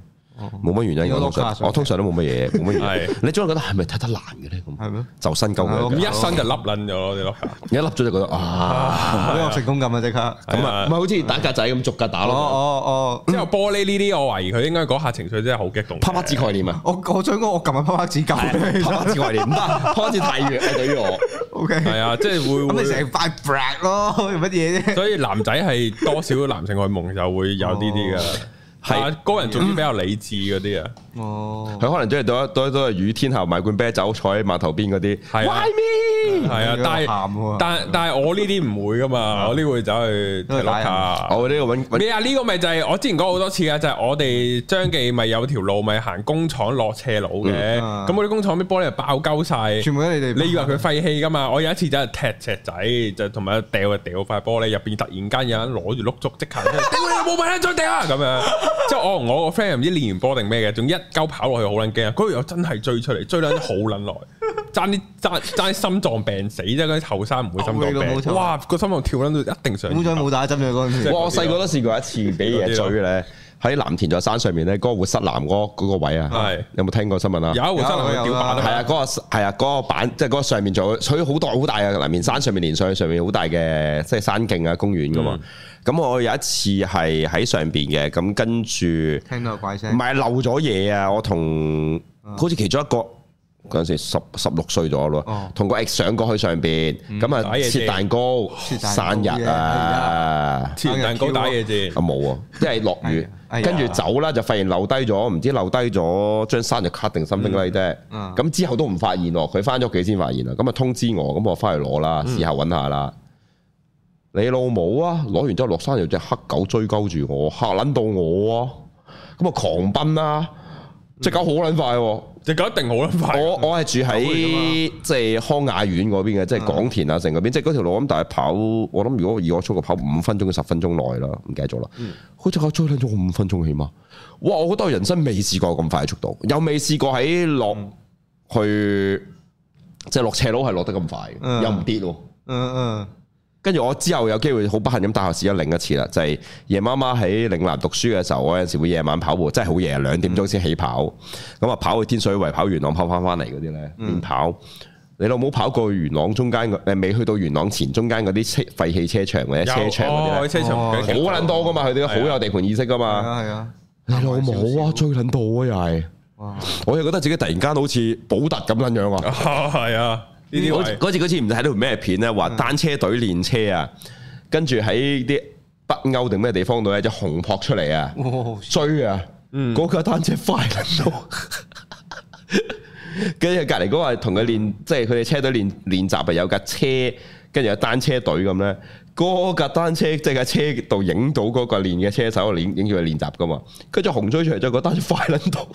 C: 冇乜原因
B: 有
C: 嘅。
B: 洛
C: 通
B: 卡
C: 常
B: 想踢
C: 我哦通常都冇乜嘢，冇乜原因
A: 係。
C: 你總係覺得係咪踢得難嘅咧？咁
B: 係咩？
C: 就身鳩
B: 係
C: 佢
A: 咁
B: 咯
A: 一身
C: 哦
A: 就笠撚咗咯，你 lock 卡。
C: 一粒咗就覺得啊，
B: 好有成功感啊！即刻，
A: 係
C: 咁
A: 啊
C: 啊，唔係好似打格仔咁逐格打
B: 哦
C: 咯，
B: 哦
A: 之後玻璃呢啲，我懷疑佢應該嗰下情緒真係好激動嘅。
C: 啪啪字概念
B: *laughs*
C: 啊
B: 哦，，我我想講，我撳下啪啪指教
C: 啪啪字概 *laughs* 念唔得，啪啪字太弱啊對於我。
B: O K，
A: 係啊，即係
B: *laughs*
A: 會
B: 咁你
A: 會
B: 成塊 black 咯，有乜嘢啫？
A: 所以男仔係多少男性荷爾蒙就會有呢啲噶，
C: 係
A: 係高人仲要比較理智嗰啲啊，
B: 哦，
C: 佢可能真係到一到一到雨天下買罐啤酒，坐喺碼頭邊嗰啲。
A: 係啊
C: Why me？
A: 係啊，
B: 有
A: 但
B: 喊
A: 係
B: 喎啊
A: 但但係我呢啲唔會噶嘛，我呢會走去踢
B: 因為打
A: lock
B: 人
A: 卡。啊
C: 我呢個揾揾
A: 咩啊？呢個咪就係我之前講好多次啊，就係我哋張記咪有條路咪行工廠落斜路嘅，
B: 嗯啊
A: 咁嗰啲工廠啲玻璃就爆鳩晒。
B: 全部都係你哋，
A: 你以為佢廢氣噶嘛？我有一次就係踢尺仔，就同埋掉就掉塊玻璃入邊，突然間有人攞住碌竹即刻行出嚟，屌你冇買再掉啊！咁樣，即係我同我個 friend 唔知練完波定咩嘅，仲一鳩跑落去好撚驚啊！嗰條友真係追出嚟，追撚咗好撚耐，爭啲爭爭啲心臟病死啫！嗰啲後生唔會心
B: 哦你老母
A: 臟病，
B: 臭
A: 哇個心臟跳撚到一定上二百。
B: 好彩冇打針嘅嗰陣時，
C: 哇我細個都試過一次俾嘢追咧，喺藍田座山上面咧，嗰個活塞南嗰嗰個位啊，
A: 係
C: 有冇聽過新聞啊？
A: 有，真係
B: 有
A: 會屌
B: 有
A: 把
B: 有
A: 得
C: 係啊，嗰個係啊，嗰個板即係嗰個上面仲有，所以好大好大嘅南面山上面連上去上面好大嘅即係山徑啊公園噶嘛。咁我有一次係喺上邊嘅，咁跟住
B: 聽到有怪聲
C: 唔，係漏咗嘢啊！我同好似其中一個嗰陣時十十六歲咗咯
B: 哦，
C: 同個 ex 上過去上邊，咁
A: 打
C: 啊
A: 嘢
C: 切
A: 啫
C: 蛋糕
B: 切蛋糕
C: 生日啊！
A: 前蛋糕打嘢啫
C: 啊，冇喎，即係落雨，
B: 哎呀
C: 跟住走啦，就發現漏低咗，唔知漏低咗張生日卡定 something like that
B: 嗯
C: 咁之後都唔發現喎，佢翻咗屋企先發現啦，咁啊通知我，咁我翻去攞啦，
B: 嗯
C: 事後揾下啦。你老母啊！攞完之後落山有隻黑狗追鳩住我，嚇撚到我啊！咁啊狂奔啦，只狗好撚快喎！
A: 只狗一定好撚快。啊
C: 我我係住喺即係康雅苑嗰邊嘅，即係港田啊，成嗰邊，即係嗰條路咁，但係跑，我諗如果以我速度跑五分鐘到十分鐘內啦，唔記得咗啦。佢只狗追撚咗我五分鐘起碼，哇！我覺得我人生未試過咁快嘅速度，又未試過喺落去即係落斜路係落得咁快嘅，
B: 嗯
C: 又唔跌喎。
B: 嗯嗯，
C: 跟住我之後有機會好不幸咁大學試咗另一次啦，就係、夜媽媽喺嶺南讀書嘅時候，我有陣時會夜晚跑步，真係好夜，啊兩點鐘先起跑，咁啊、跑去天水圍、跑元朗、跑翻翻嚟嗰啲咧，練跑。你老母跑過元朗中間個誒，未去到元朗前中間嗰啲車廢棄車場或者車場嗰啲
A: 哦，
C: 咧，
A: 車場
B: 哦
A: 好
C: 好撚多噶嘛，佢哋
A: 係啊
C: 好有地盤意識噶
B: 係
C: 嘛。
B: 啊係啊，
C: 你老母啊，追撚到啊又係，
B: 哇！
C: 我又覺得自己突然間好似保特咁撚樣啊！
A: *laughs* 係啊，呢啲
C: 嗰
A: 位嗯
C: 嗰次嗰次嗯唔知睇到條咩片咧，話單車隊練車啊，跟住喺啲北歐定咩地方度咧，只紅撲出嚟啊，
A: 嗯
B: 哇
C: 追啊，嗰架單車快撚到，跟住隔離嗰個係同佢練，即係佢哋車隊練練習啊，有架車，跟住有單車隊咁咧。嗰架單車即係架車度影到嗰個練嘅車手影影住佢練習噶嘛，跟住紅追出嚟，再個單車快撚到，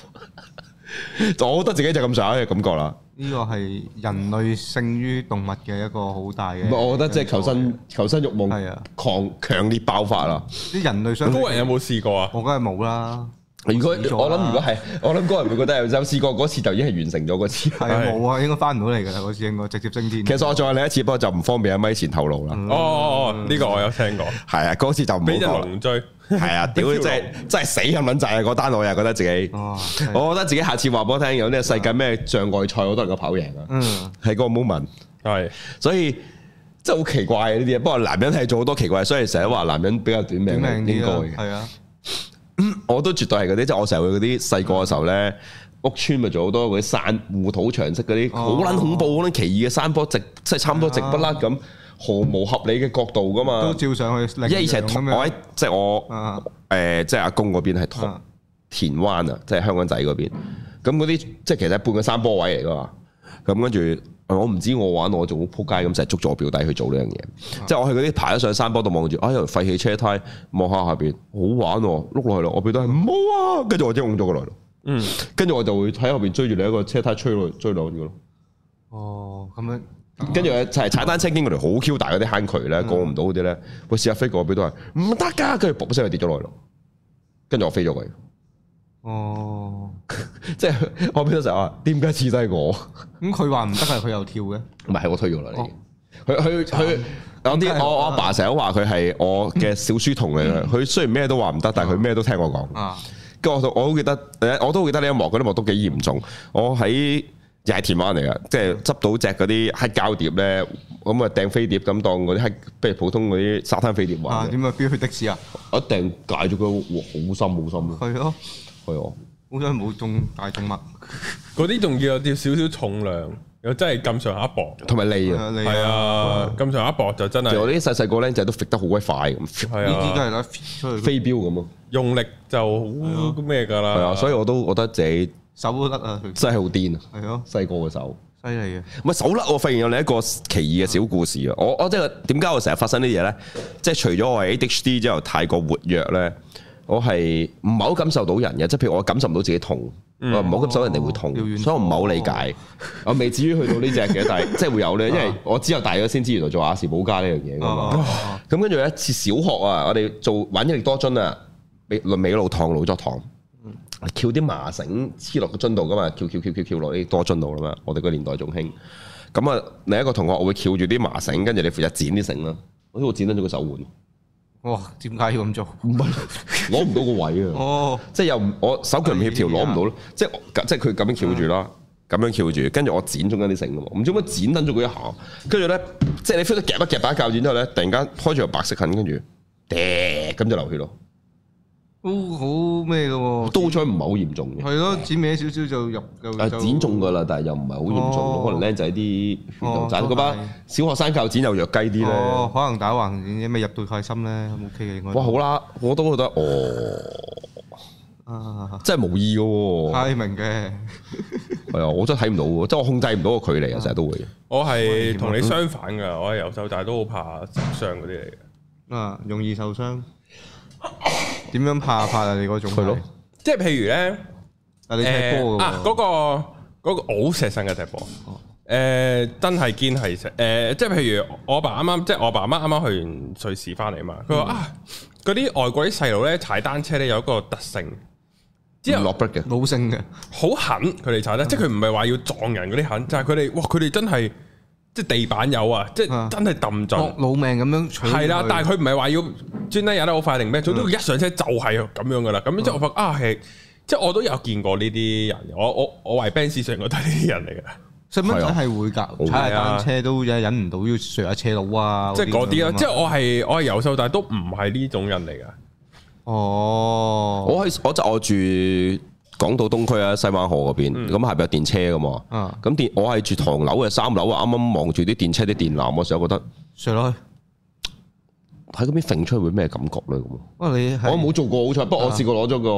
C: *laughs* 我覺得自己就咁上下嘅感覺啦。
B: 呢個係人類勝於動物嘅一個好大嘅，
C: 唔係，我覺得即係求生求生欲
B: 嗯
C: 望
B: 係啊
C: 狂強烈爆發啦！
B: 啲人類相比
A: 高人有冇試過啊？
B: 我梗係冇啦，
C: 如果我
B: 死咗啦
C: 諗，如果係我諗，嗰人會覺得有有試過嗰次就已經係完成咗嗰次。
B: 係啊冇啊，應該翻唔到嚟㗎啦，嗰次應該直接升天。
C: 其實我再另一次，不過就唔方便喺咪前透露啦。
B: 嗯
A: 哦哦哦，呢個我有聽過，
C: 係啊，嗰次就唔好
A: 俾只
C: 講啦。
A: 龍追。
C: 係啊，屌
A: 俾
C: 真
A: 條
C: 係真係死咁撚滯啊！嗰單我又覺得自己，
B: 哦係
C: 我覺得自己下次話俾我聽，有啲世界咩障礙賽我都能夠跑贏啊！
B: 嗯，
C: 喺嗰個 moment，
A: 係
C: 所以真係好奇怪啊嘅呢啲嘢。不過男人係做好多奇怪，所以成日話男人比較短
B: 短
C: 命
B: 命
C: 應
B: 啲
C: 該
B: 啊，。
C: 嘅
B: 係啊，
C: 我都絕對係嗰啲，即係我成日會嗰啲細個嘅時候咧，屋村咪做好多嗰啲山護土牆式嗰啲，好
B: 哦啊
C: 撚恐怖嗰啲奇異嘅山坡直，即係差唔多直不甩咁，毫無合理嘅角度噶嘛
B: 都。照上去領
C: 因為以前
B: 養
C: 啊
B: 咁樣
C: 係哦我喺即係我
B: 啊，
C: 誒，即係阿公嗰邊係同
B: 啊
C: 田灣啊，即係香港仔嗰邊。咁嗰啲即係其實係半個山坡位嚟噶嘛。咁跟住我唔知我玩我仲好撲街咁，成日捉住我表弟去做呢樣嘢。即係我去嗰啲爬咗上山坡度望住，哎呀廢棄車胎，望下下邊好玩喎，碌落去咯。我表弟係唔好啊，跟住我即係擁咗過來咯。
A: 嗯，
C: 跟住我就會喺後邊追住另一個車胎追落追落去咯。
B: 哦咁樣。
C: 跟住就係踩單車經過條好 Q 大嗰啲坑渠咧，過唔到嗰啲咧，我試下飛過，我表弟話唔得㗎，跟住卜一聲佢跌咗落去咯。跟住我飛咗佢。
B: 哦，
C: 即係 *laughs* 我邊度成日話點解似低我？哦
B: 咁佢話唔得係佢又跳嘅，
C: 唔係，我推咗啦已經。佢佢佢有
B: 點解
C: 啲
B: 啊
C: 我我阿爸成日話佢係我嘅小書童嚟嘅，佢雖然咩都話唔得，但係佢咩都聽我講。
B: 啊，
C: 跟住我我好記得，誒我都好記得呢一幕，嗰啲幕都幾嚴重。我喺又係田灣嚟噶，即係執到隻嗰啲黑膠碟咧，咁啊掟飛碟咁當嗰啲黑，譬如普通嗰啲沙灘飛碟
B: 啊
C: 玩嘅，
B: 點啊飆去的士啊，
C: 我一掟解咗佢，哇好深好深啊咯，
B: 係咯，
C: 係我
B: 好彩冇中大動物，
C: 啊
A: 嗰啲仲要有啲少少重量，又真係咁上下薄，
C: 同埋
B: 你
C: 脷啊，
A: 係
B: 啊，
A: 啊，咁上下薄就真
C: 我
A: 係
C: 呢啲細細個僆仔都揈得好鬼快咁，
A: 係
B: 呢啲都
A: 啊，
B: 係啦，出去
C: 飛鏢咁啊咯，
A: 用力就好咩㗎啦，
C: 係啊，所以我都覺得自己
B: 手都甩啊，佢
C: 真係好癲啊！
B: 係咯，
C: 細個嘅手，
B: 犀利嘅，啊
C: 唔係手甩，我發現有另一個奇異嘅小故事啊！我我即係點解我成日發生呢啲嘢咧？即係除咗我係 ADHD 之後太過活躍咧，我係唔係好感受到人嘅？即係譬如我感受唔到自己痛，我唔好感受到人哋會痛，
B: 嗯哦遙遠
C: 所以我唔係好理解。我未至於去到呢只嘅，但係即係會有咧，因為我之後大咗先知原來做亞視保加呢樣嘢㗎嘛。
B: 哦，
C: 咁跟住有一次小學啊，我哋做玩益力多樽啊，美輪美露糖老作糖，翹啲麻繩黐落個樽度噶嘛，翹翹翹翹翹落啲多樽度啦嘛，我哋個年代仲興。咁啊，另一個同學我會翹住啲麻繩，跟住你負責剪啲繩啦。好似我剪甩咗個手腕，
B: 哇，點解要咁做？
C: 攞唔到個位啊！
B: 哦，
C: 即係又唔我手腳唔協調，攞唔到
B: 啊
C: 咯。即係我即係佢咁樣翹住啦，
B: 嗯
C: 咁樣翹住，跟住我剪中間啲繩噶嘛，唔知點解剪撚咗佢一下，跟住咧，即係你 feel 到夾一夾把鉸剪之後咧，突然間開住個白色痕，跟住，嗲咁就流血咯。
B: 都好咩嘅喎，
C: 都好彩唔係好嚴重嘅，
B: 係咯，剪歪少少就入就
C: 啊
B: 就
C: 剪中㗎啦，但係又唔係好嚴重
B: 哦
C: 咯，可能僆仔啲血就渣，
B: 哦
C: 嗰
B: 都係
C: 班小學生教剪又弱雞啲咧，
B: 哦，可能打橫剪，咪入到太深咧，咁 OK 嘅應該。
C: 哇好啦，我都覺得哦，
B: 啊，
C: 真係無意嘅喎，
B: 太明嘅，
C: 係啊，我真係睇唔到喎，即係我控制唔到個距離啊，成日都會，
A: 我係同你相反㗎，我係由細到大都好怕受傷嗰啲嚟嘅。
B: 啊，容易受傷。點樣怕怕啊？你嗰種係
C: 係咯，
A: 即係譬如咧，
B: 但你踢
A: 誒
B: 波嘅
A: 啊
B: 喎，哦
A: 嗰個嗰個我好錫身嘅踢波，誒真係堅係錫誒，即係譬如我阿爸啱啱即係我阿爸媽啱啱去完瑞士翻嚟嘛，佢
B: 嗯
A: 話啊嗰啲外國啲細路咧踩單車咧有一個特性，之
C: 唔
A: 後
C: 落 break 嘅，
B: 冇性嘅，
A: 好狠佢哋踩得，即
B: 嗯
A: 係佢唔係話要撞人嗰啲狠，就係佢哋哇佢哋真係即係地板有啊，即係
B: 啊
A: 真係揼盡
B: 搏。老命咁樣取
A: 係啦，但
B: 係
A: 係佢唔係話要專登踩得好快定咩，總之佢一上車就係咁樣噶啦。咁之後我發覺啊，係即係我都有見過呢啲人，我我我為 Benz 上我都係呢啲人嚟噶，
B: 細蚊
C: 啊
B: 仔係會㗎，踩下單車都忍唔到要上下車佬啊，
A: 即係嗰啲
B: 啊
A: 咯。即係我係我係由細到大都唔係呢種人嚟噶，
B: 哦，
C: 我喺我就我住港島東區啊西灣河嗰
B: 嗯
C: 邊，咁下邊有電車㗎嘛，
B: 啊
C: 咁電我係住唐樓嘅三樓啊，啱啱望住啲電車啲電纜，我成日覺得
B: 上落去，
C: 喺嗰邊揈出去會咩感覺咧咁啊
B: 哇你係
C: 我冇做過好彩，不過我試過攞咗個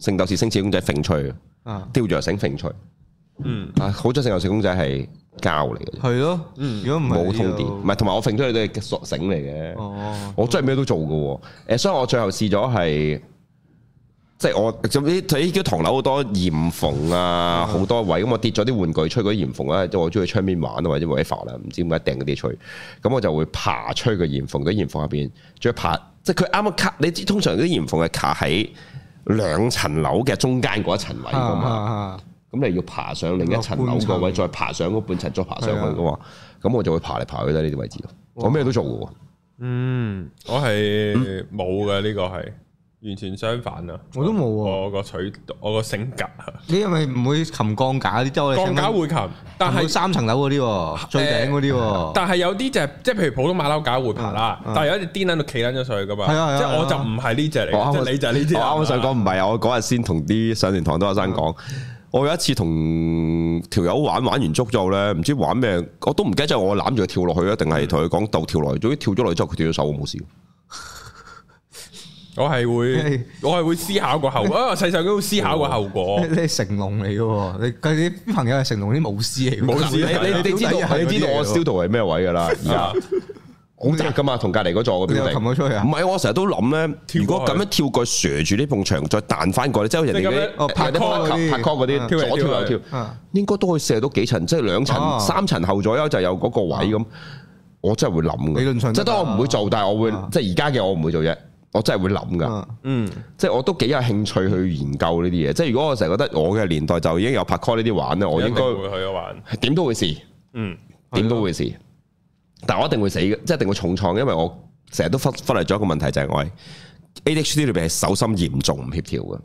C: 聖鬥士星矢公仔揈吹，
B: 啊，
C: 吊住條繩揈吹。
A: 嗯，
C: 啊，好彩聖鬥士公仔係膠嚟嘅啫，
B: 係咯，如果唔
C: 嗯冇
B: 係
C: 通
B: 就
C: 電，唔係同埋我揈出去都係索繩嚟嘅。
B: 哦，
C: 我真係咩都做嘅喎，誒，所以我最後試咗係。即係我咁啲睇啲唐樓好多簷篷啊，好多位咁我跌咗啲玩具吹嗰啲簷篷啊，即係我中意去窗邊玩啊，或者 w i f 啦，唔知點解掟嗰啲吹，咁我就會爬吹個簷篷，啲簷篷入邊再爬，即係佢啱啱卡，你知通常啲簷篷係卡喺兩層樓嘅中間嗰一層位
B: 啊
C: 㗎
B: 啊
C: 嘛。
B: 啊
C: 咁你要爬上另哦一層
B: 落
C: 樓
B: 半
C: 個
B: 層
C: 位，再爬上嗰半層，再爬上去噶嘛。咁我就會爬嚟爬去都係呢啲位置咯。我咩都做嘅喎，
A: 嗯，我係冇嘅呢個係完全相反啊！
B: 我都冇喎，
A: 我個取我個性格啊，
B: 你係咪唔會擒鋼架啲？即係我哋
A: 鋼
B: 細蚊
A: 架會擒，但
B: 但係
A: 係啊
B: 三層樓嗰啲喎，最頂嗰啲喎。
A: 但係有啲就係即係譬如普通馬騮架會爬啦，
B: 嗯嗯
A: 但係有一隻癲喺度企撚咗上去噶嘛，
B: 係啊係啊
A: 即係我
B: 係
A: 就
B: 啊
A: 唔係呢只嚟
C: 我
A: 嘅，
C: 啱
A: 即
C: 啱
A: 係你就係呢只。
C: 我啱啱想講唔係啊，我嗰日先同啲上完堂都有生講，我有一次同條友玩玩完捉之後咧，唔知玩咩，我都唔記得咗我攬住佢跳落去啊，定係同佢講鬥跳落去。總之跳咗落去之後，佢斷咗手，我冇事。
A: 我係會
B: 係，
A: 我係會思考個後果。啊，細細都會思考個後果。
B: *laughs* 你-你係成龍嚟嘅喎，你-佢啲朋友係成龍啲武師嚟嘅喎。
A: 武師。
C: 你你知道
B: 你
C: 你知道我
B: 你
C: s 度 u 係咩位㗎啦？而家
A: 啊
C: 好窄噶嘛，同隔離嗰座個標
B: *laughs*
C: 定。
B: 你又擒咗出去啊？
C: 唔係，我成日都諗咧，
A: 跳過去
C: 如果咁樣跳過去，住呢埲牆，再彈翻過嚟，即係好似人哋
A: 即係
C: 嗰
A: 咁樣
C: 啲
B: 哦拍
C: 人哋
B: call 嗰啲
C: 拍 call 嗰
B: 啊
C: 啲，
A: 跳嚟
C: 左
A: 跳去
C: 跳右跳，應該都可以射到幾層，即係兩
B: 啊
C: 層、三層後左右就有嗰個位咁。我真係會諗
B: 理論
C: 嘅，
B: 上得
C: 即係當我唔會做，但係我會
B: 啊
C: 即係而家嘅我唔會做啫。我真係會諗㗎。
B: 啊
A: 嗯，
C: 即係我都幾有興趣去研究呢啲嘢。即係如果我成日覺得我嘅年代就已經有拍 call 呢啲玩咧，我應
A: 一定
C: 該
A: 會去咗玩。
C: 點都會試，
A: 嗯，
B: 啊
C: 點都會試。但我一定會死嘅，即係一定會重創，因為我成日都忽忽略咗一個問題，就係、我係 ADHD 裏邊係手心嚴重唔協調嘅。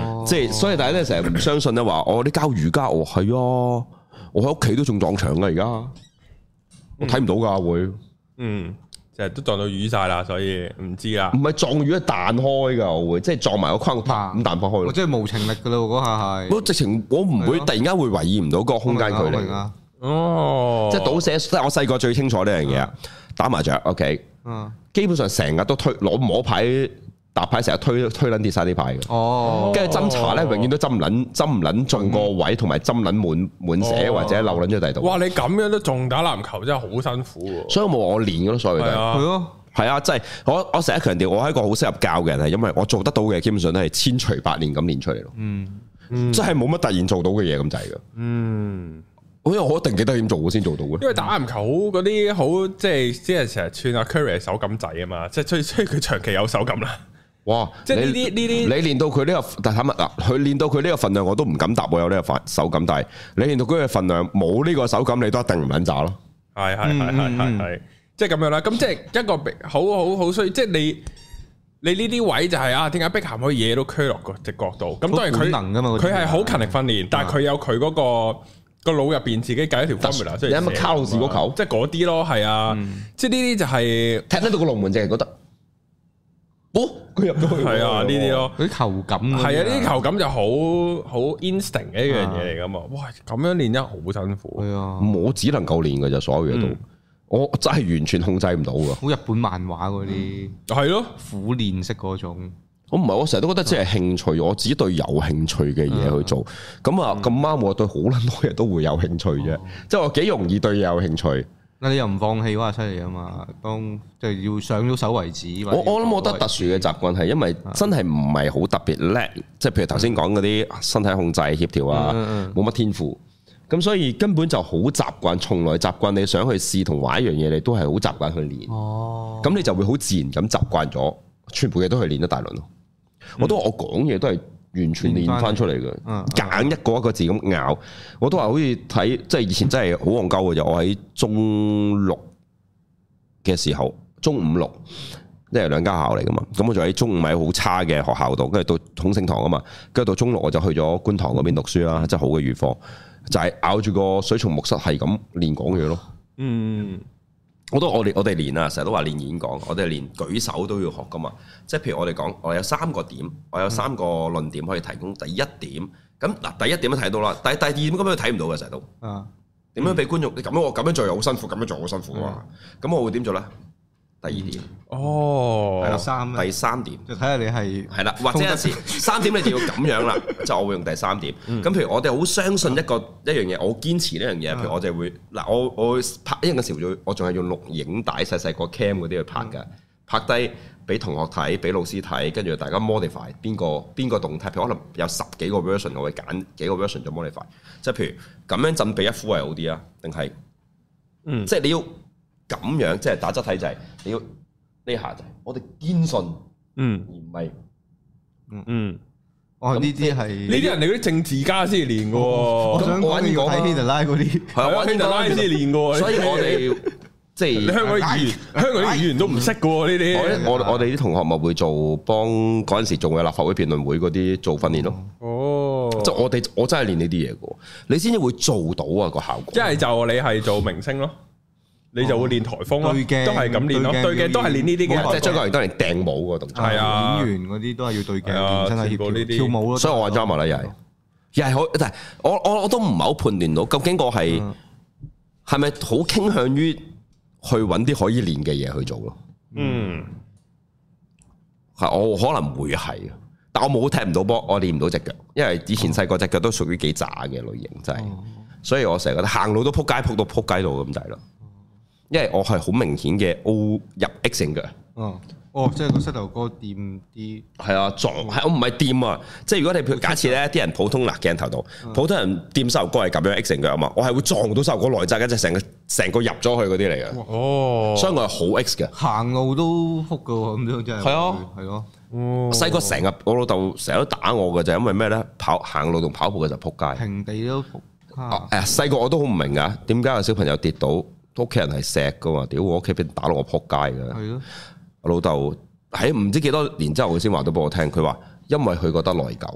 B: 哦
C: 即係所以大家咧成日唔相信咧啊話，我啲教瑜伽，我係啊，我喺屋企都中撞牆噶而家，我睇唔到噶會，唔
A: 嗯，成日都撞到瘀晒啦，所以唔知啦。
C: 係撞魚係彈開噶，我會即係撞埋個框啪
B: 啊
C: 咁彈翻開
B: 我
C: 咯。
B: 真係無情力噶咯，嗰下係
C: 我直情我唔會突然間會懷疑唔到嗰個空間距
B: 我明
C: 離，
B: 啊，
A: 哦，
C: 即係倒瀉，即係我細個最清楚呢樣嘢啊！打麻雀，OK，
B: 我明啊
C: 基本上成日都推攞摸牌搭牌，成日推推撚跌晒啲牌嘅。
B: 哦，
C: 跟住斟茶咧，永遠都斟撚斟撚中個位，同埋斟撚滿滿寫
A: 哦
C: 或者漏撚咗第二度。
A: 哇！你咁樣都仲打籃球真係好辛苦喎。
C: 所以我冇我練嘅咯，所謂
A: 係
C: 都係
B: 係
A: 啊，
B: 咯，
C: 係啊，即係我我成日強調，我係一個好適合教嘅人，係因為我做得到嘅，基本上都係千錘百煉咁練出嚟咯。
B: 嗯，
C: 即係冇乜突然做到嘅嘢咁滯嘅。
A: 嗯，
C: 好似我一定記得點做，我先做到嘅。
A: 因為打籃球好嗰啲好即係即係成日串阿 Curry 手感仔啊嘛，即係所以所以佢長期有手感啦。
C: 哇！
A: 即係呢
C: 你
A: 啲呢啲
C: 你練到佢呢個，但坦白嗱，佢練到佢呢個份量，我都唔敢答我有呢個份手感。但係你練到佢嘅份量，冇呢個手感，你都一定唔撚渣咯。
A: 係係係係係係，即係咁樣啦。咁即係一個比好好好衰，即係你你呢啲位就係啊，點解碧咸可以惹到 Curry 落個直角度？咁當然佢
B: 好本能㗎嘛嗰啲
A: 佢係好勤力訓練，但係佢有佢嗰個個腦入邊自己計一條 formula 出嚟寫㗎嘛。啊
C: 你有冇卡路士嗰球
A: 即係嗰啲咯，係啊，即係呢啲就係
C: 踢得到個龍門，淨係覺得，哦，佢入到去喎。
A: 係啊呢啲咯。
B: 嗰啲球感嗰
A: 係啊，呢
B: 啲
A: 啲球感就好好 instinct 嘅一樣嘢嚟噶嘛。哇，咁樣練得好辛苦。
B: 係啊，
C: 我只能夠練嘅就所有嘢都
A: 嗯，
C: 我真係完全控制唔到㗎。
B: 好日本漫畫嗰啲
A: 係咯，
B: 苦練式嗰種，
C: 我唔係，我成日都覺得只係興趣，我只對有興趣嘅嘢去做。咁
B: 嗯
C: 啊，咁啱我對好撚多嘢都會有興趣
B: 哦
C: 啫。即係我幾容易對嘢有興趣。
B: 嗱你又唔放棄嗰下犀利啊嘛，當就係要上到手為止。
C: 我我諗我覺
B: 覺
C: 得特殊嘅習慣係因為
B: 啊
C: 真係唔係好特別叻，即係譬如頭先講嗰啲身體控制協調
B: 嗯
C: 啊
B: 嗯，
C: 冇乜天賦。咁所以根本就好習慣，從來習慣你想去試同玩一樣嘢，你都係好習慣去練。
B: 哦，
C: 咁你就會好自然咁習慣咗，全部嘢都去練一大輪咯。我都話我講嘢都係完全嗯練翻出嚟
B: 嗯
C: 嘅，揀一個一個字咁咬。我都話好似睇，即係以前真係好戇鳩嘅就，我喺中六嘅時候，中五六。即係兩間學校嚟噶嘛，咁我就喺中五喺好差嘅學校度，跟住到孔聖堂啊嘛，跟住到中六我就去咗觀塘嗰邊讀書啦，即係好嘅預科，就係、咬住個水松木塞係咁練講嘢咯。
A: 嗯，
C: 我都我哋我哋練啊，成日都話練演講，我哋連舉手都要學噶嘛。即係譬如我哋講，我有三個點，我有三個論點可以提供。第一點，咁嗱第一點都睇到啦，但係第二點根本都睇唔到嘅成日都。
B: 啊，
C: 點樣俾觀眾？你咁樣我咁樣做又好辛苦，咁樣做又好辛苦啊嘛。咁我會點做咧？第二點，
A: 哦
C: 係，啦
B: 第三咧
C: 第三點。
B: 就睇下你係
C: 係啦，或者
A: *laughs*
C: 有陣時三點你就要咁樣啦，即係我會用第三點。
A: 嗯
C: 咁譬如我哋好相信一個一樣嘢，我堅持呢樣
A: 啊
C: 嘢，譬如我就會嗱，我我會拍一嘅時候就會，我仲係用錄影帶細細個 cam 嗰啲去拍
A: 嗯
C: 㗎，拍低俾同學睇，俾老師睇，跟住大家 modify 邊個邊個動態，譬如可能有十幾個 version，我會揀幾個 version 做 modify。即係譬如咁樣浸俾一呼係好啲啊，定係
A: 嗯
C: 即係你要咁樣，即係打側睇就係你要呢下就係我哋堅信
A: 嗯
C: 而唔係。
A: 嗯，
B: 哦呢啲係
A: 呢啲人哋嗰啲政治家先練嘅
B: 我
A: 喎，
B: 想講你要
C: 啊
B: 睇希特拉嗰啲，
C: 係啊，
A: 係啊，
C: 玩
A: 希特拉先練嘅喎。
C: 所以我哋即
A: 你 *laughs*
C: 係
A: 香港啲語言，香港啲語言都唔識嘅喎呢
C: 我我我哋啲同學咪會做幫嗰陣時做嘅立法會辯論會嗰啲做訓練咯，
A: 啲。哦，
C: 即係我哋我真係練呢啲嘢嘅喎，你先至會做到啊個效果
A: 一。係就你係做明星咯，你就會練台風咯，
B: 哦對鏡
A: 都係咁練咯，
B: 對鏡
A: 對嘅都係練呢啲
B: 冇
A: 嘅
B: 錯
C: 即係。張國榮當年掟舞個動作，
A: 係啊
B: 演員嗰啲都係要對鏡
A: 係啊
B: 練身體
A: 全部呢
B: 協
A: 啲
B: 調，跳舞咯，
C: 所以我話 drama 啦，又係又係好，但係我我我都唔係好判斷到究竟我係
B: 嗯
C: 係咪好傾向於去揾啲可以練嘅嘢去做咯。
A: 嗯，
C: 係我可能會係，但我冇踢唔到波，我練唔到只腳，因為以前細個只腳都屬於幾渣嘅類型，真係，所以我成日覺得行路都撲街，撲到撲街度咁滯咯。因為我係好明顯嘅 O 入 X 型腳，
B: 嗯，哦，即係個膝頭哥掂啲，
C: 係啊，撞係我唔係掂啊，即係如果你譬如假設咧，啲人普通嗱鏡頭度，普通人掂膝頭哥係咁樣 X 成腳啊嘛，我係會撞到膝頭哥內側，跟住成個成個入咗去嗰啲嚟嘅，
A: 哦，
C: 所以我係好 X 嘅。
B: 行路都哭噶喎，咁樣真係
C: 係啊
B: 會，係咯，
A: 哦
C: 我細個成日我老豆成日都打我嘅，就係因為咩咧？跑行路同跑步嘅就撲街。
B: 平地都仆
C: 啊
B: 啊，
C: 誒細個我都好唔明噶，點解有小朋友跌倒，屋企人係錫噶嘛？屌我屋企俾人打到我撲街嘅。
B: 係咯，
C: 我老豆喺唔知幾多年之後，佢先話到俾我聽，佢話因為佢覺得內疚，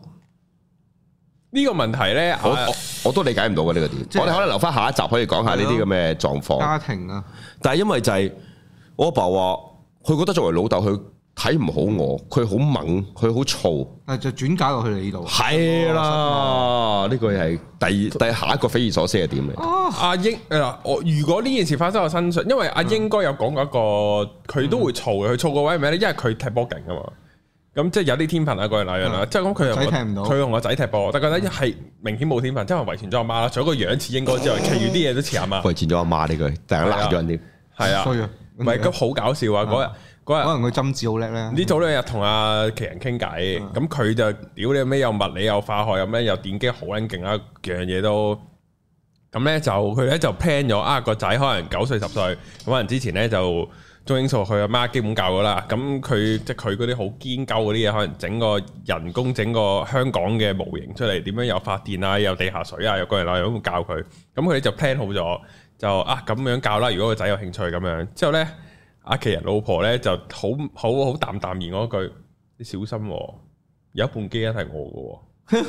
A: 呢個問題咧，
C: 我
A: 啊
C: 我我都理解唔到嘅呢個點。
B: 即係
C: 我哋可能留翻下一集可以講下呢啲咁嘅狀況。
B: 家庭啊，
C: 但係因為就係我阿爸話，佢覺得作為老豆，佢睇唔好我，佢好猛，佢好燥，
B: 但係就轉嫁落去你呢度，啊
C: 係啦，呢個係第第下一個匪夷所思嘅點
B: 哦
C: 嚟。
A: 阿英嗱，我如果呢件事發生喺我身上，因為阿英哥有講過一個，佢都會嘈嘅，佢嘈個位係咩咧？因為佢踢波勁啊嘛，咁即係有啲天分啊嗰樣那樣啦，
B: 嗯
A: 即係咁佢又
B: 仔踢唔到
A: 佢同我仔踢波，但覺得係明顯冇天分，即係遺傳咗阿媽啦，除咗個樣似英哥之外，其餘啲嘢都似阿媽，
C: 佢見咗阿媽呢句，突然間鬧咗人添。
A: 係啊，
B: 衰啊，
A: 唔係咁好搞笑啊！嗰日嗰日
B: *laughs* 可能佢針子好叻咧，
A: 呢早兩日同阿奇人傾偈，咁佢就屌你咩又物理又化學又咩又電機好撚勁啦，啊樣樣嘢都咁咧就佢咧就 plan 咗啊個仔可能九歲十歲，咁可能之前咧就中英數佢阿媽基本教咗啦，咁佢即係佢嗰啲好堅鳩嗰啲嘢，啊可能整個人工整個香港嘅模型出嚟，點樣又發電啊，又地下水啊，又各樣嘢咁教佢，咁佢哋就 plan 好咗，就啊咁樣教啦，如果個仔有興趣咁樣，之後咧。阿奇人老婆咧就好好好淡淡然嗰句：你小心、喎，有一半基因係我
C: *laughs*
A: 嘅、喎。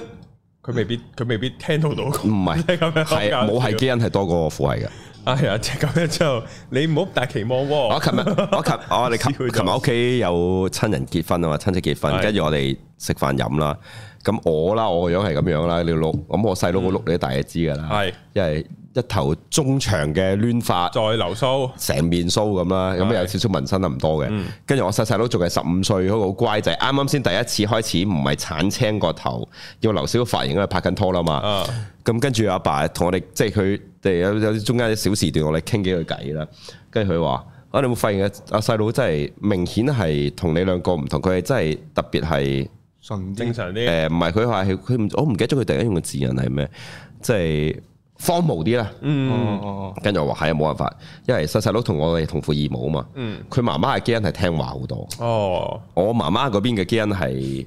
A: 佢未必佢未必聽到 *laughs* 到
C: 唔
A: 咁
C: 係，
A: 咁樣
C: 係冇係基因係多過我父系嘅。
A: 係啊，即係咁樣之後，你唔好咁大期望
C: 我
A: 喎。
C: 琴日
A: *laughs*
C: 我琴我哋琴
A: 笑咗
C: 琴日屋企有親人結婚啊嘛，親戚結婚，
A: 係
C: 跟住我哋食飯飲啦。咁我啦，我個樣係咁樣啦，你碌咁我細佬個碌你都大家知㗎啦，
A: 嗯係
C: 因為一頭中長嘅攣髮。
A: 再流蘇，
C: 成面須咁啦，咁
A: 係嗯
C: 有少少紋身啦，唔多嘅。跟住我細細佬仲係十五歲，嗰個好乖仔，啱啱先第一次開始唔係鏟青個頭，要留少少髮型，因為拍緊拖啦嘛。
A: 啊
C: 咁跟住阿爸同我哋，即係佢哋有有啲中間啲小時段，我哋傾幾句偈啦。跟住佢話：啊，你有冇發現啊？阿細佬真係明顯係同你兩個唔同，佢係真係特別係
B: 純
A: 正
B: 啲，
A: 常啲，
C: 誒，唔係佢話係佢唔，我唔記得咗佢突然間用嘅字眼係咩，即係荒謬啲啦。
B: 哦哦
C: 跟住我話係啊，冇辦法，因為細細佬同我哋同父異母啊嘛。
A: 嗯，
C: 佢媽媽嘅基因係聽話好多，
A: 哦，
C: 我媽媽嗰邊嘅基因係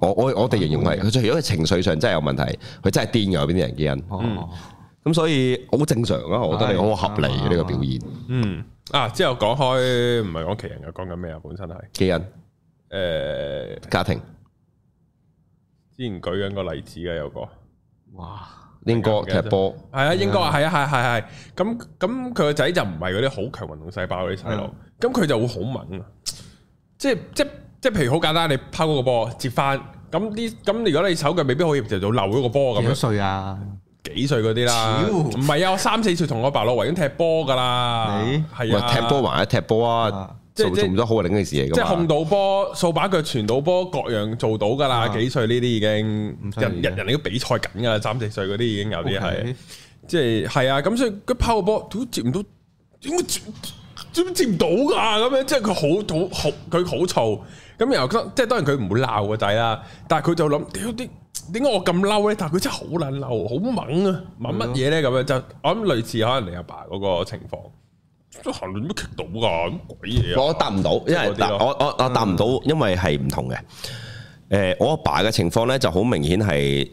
C: 我我我哋形容係佢，如果佢情緒上真係有問題，佢真係癲嘅嗰邊啲人基因。
B: 哦哦，
A: 嗯
C: 咁所以好正常啊，我覺得你好
B: 係
C: 合理嘅呢個表現
A: 嗯，啊，之後講開唔係講奇人嘅，講緊咩啊？本身係
C: 基因
A: 誒，
C: 家庭
A: 啊之前舉緊個例子嘅有個。
B: 哇，
C: 英國踢波，
A: 系啊，英國啊，係啊，係係係，咁咁佢個仔就唔係嗰啲好強運動細胞嗰啲細
B: 嗯
A: 路，咁佢就會好猛啊！即係即即係譬如好簡單，你拋嗰個波接翻，咁啲咁如果你手腳未必好協調到漏咗個波
B: 幾
A: 咁
B: 多
A: 樣，
B: 歲啊？
A: 幾歲嗰啲啦？
B: 超
A: 唔係啊，我三四歲同我爸落圍咁踢波噶啦
B: 你，
A: 係
C: 喂
A: 啊，
C: 踢波還一踢波啊
B: 啊，
A: 即
C: 做
A: 係即係
C: 做唔到好係另一件事嚟
A: 即係
C: 㗎
A: 控
C: 嘛。
A: 到波、掃把腳、傳到波，各樣做到噶啦。
B: 啊
A: 幾歲呢啲已經
B: 唔犀利
A: 人
B: 嘅
A: 人人哋都比賽緊噶啦，三四歲嗰啲已經有啲係。
B: OK
A: 即係係啊，咁所以佢拋個波都接唔到，點解接點接唔到㗎？咁樣即係佢好好好，佢好燥。咁然後覺得即係當然佢唔會鬧個仔啦，但係佢就諗屌啲點解我咁嬲咧？但係佢真係好撚嬲，好猛啊！猛乜嘢咧？咁樣就我諗類似可能你阿爸嗰個情況，都行亂都棘到㗎，咁鬼嘢啊！
C: 我答唔到，因為
A: 嗰啲咯嗯
C: 我我我答唔到，因為係唔同嘅。誒，我阿爸嘅情況咧就好明顯係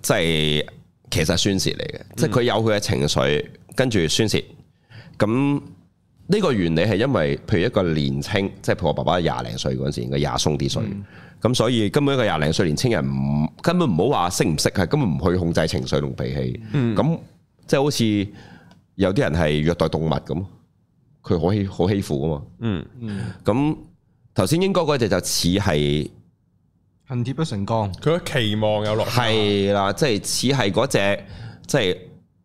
C: 即係其實係宣泄嚟嘅，
A: 嗯
C: 即係佢有佢嘅情緒，跟住宣泄。咁呢個原理係因為，譬如一個年青，即係譬如我爸爸廿零歲嗰陣時，應該廿鬆啲歲，咁、
A: 嗯
C: 所以根本一個廿零歲年青人唔根本唔好話識唔識，係根本唔去控制情緒同脾氣。
A: 嗯
C: 咁、即係好似有啲人係虐待動物咁，佢好欺好欺負噶嘛。
A: 嗯，
C: 咁頭先英哥嗰只就似係
B: 恨鐵不成鋼，
A: 佢嘅期望有落差，
C: 係啦，即係似係嗰只，即係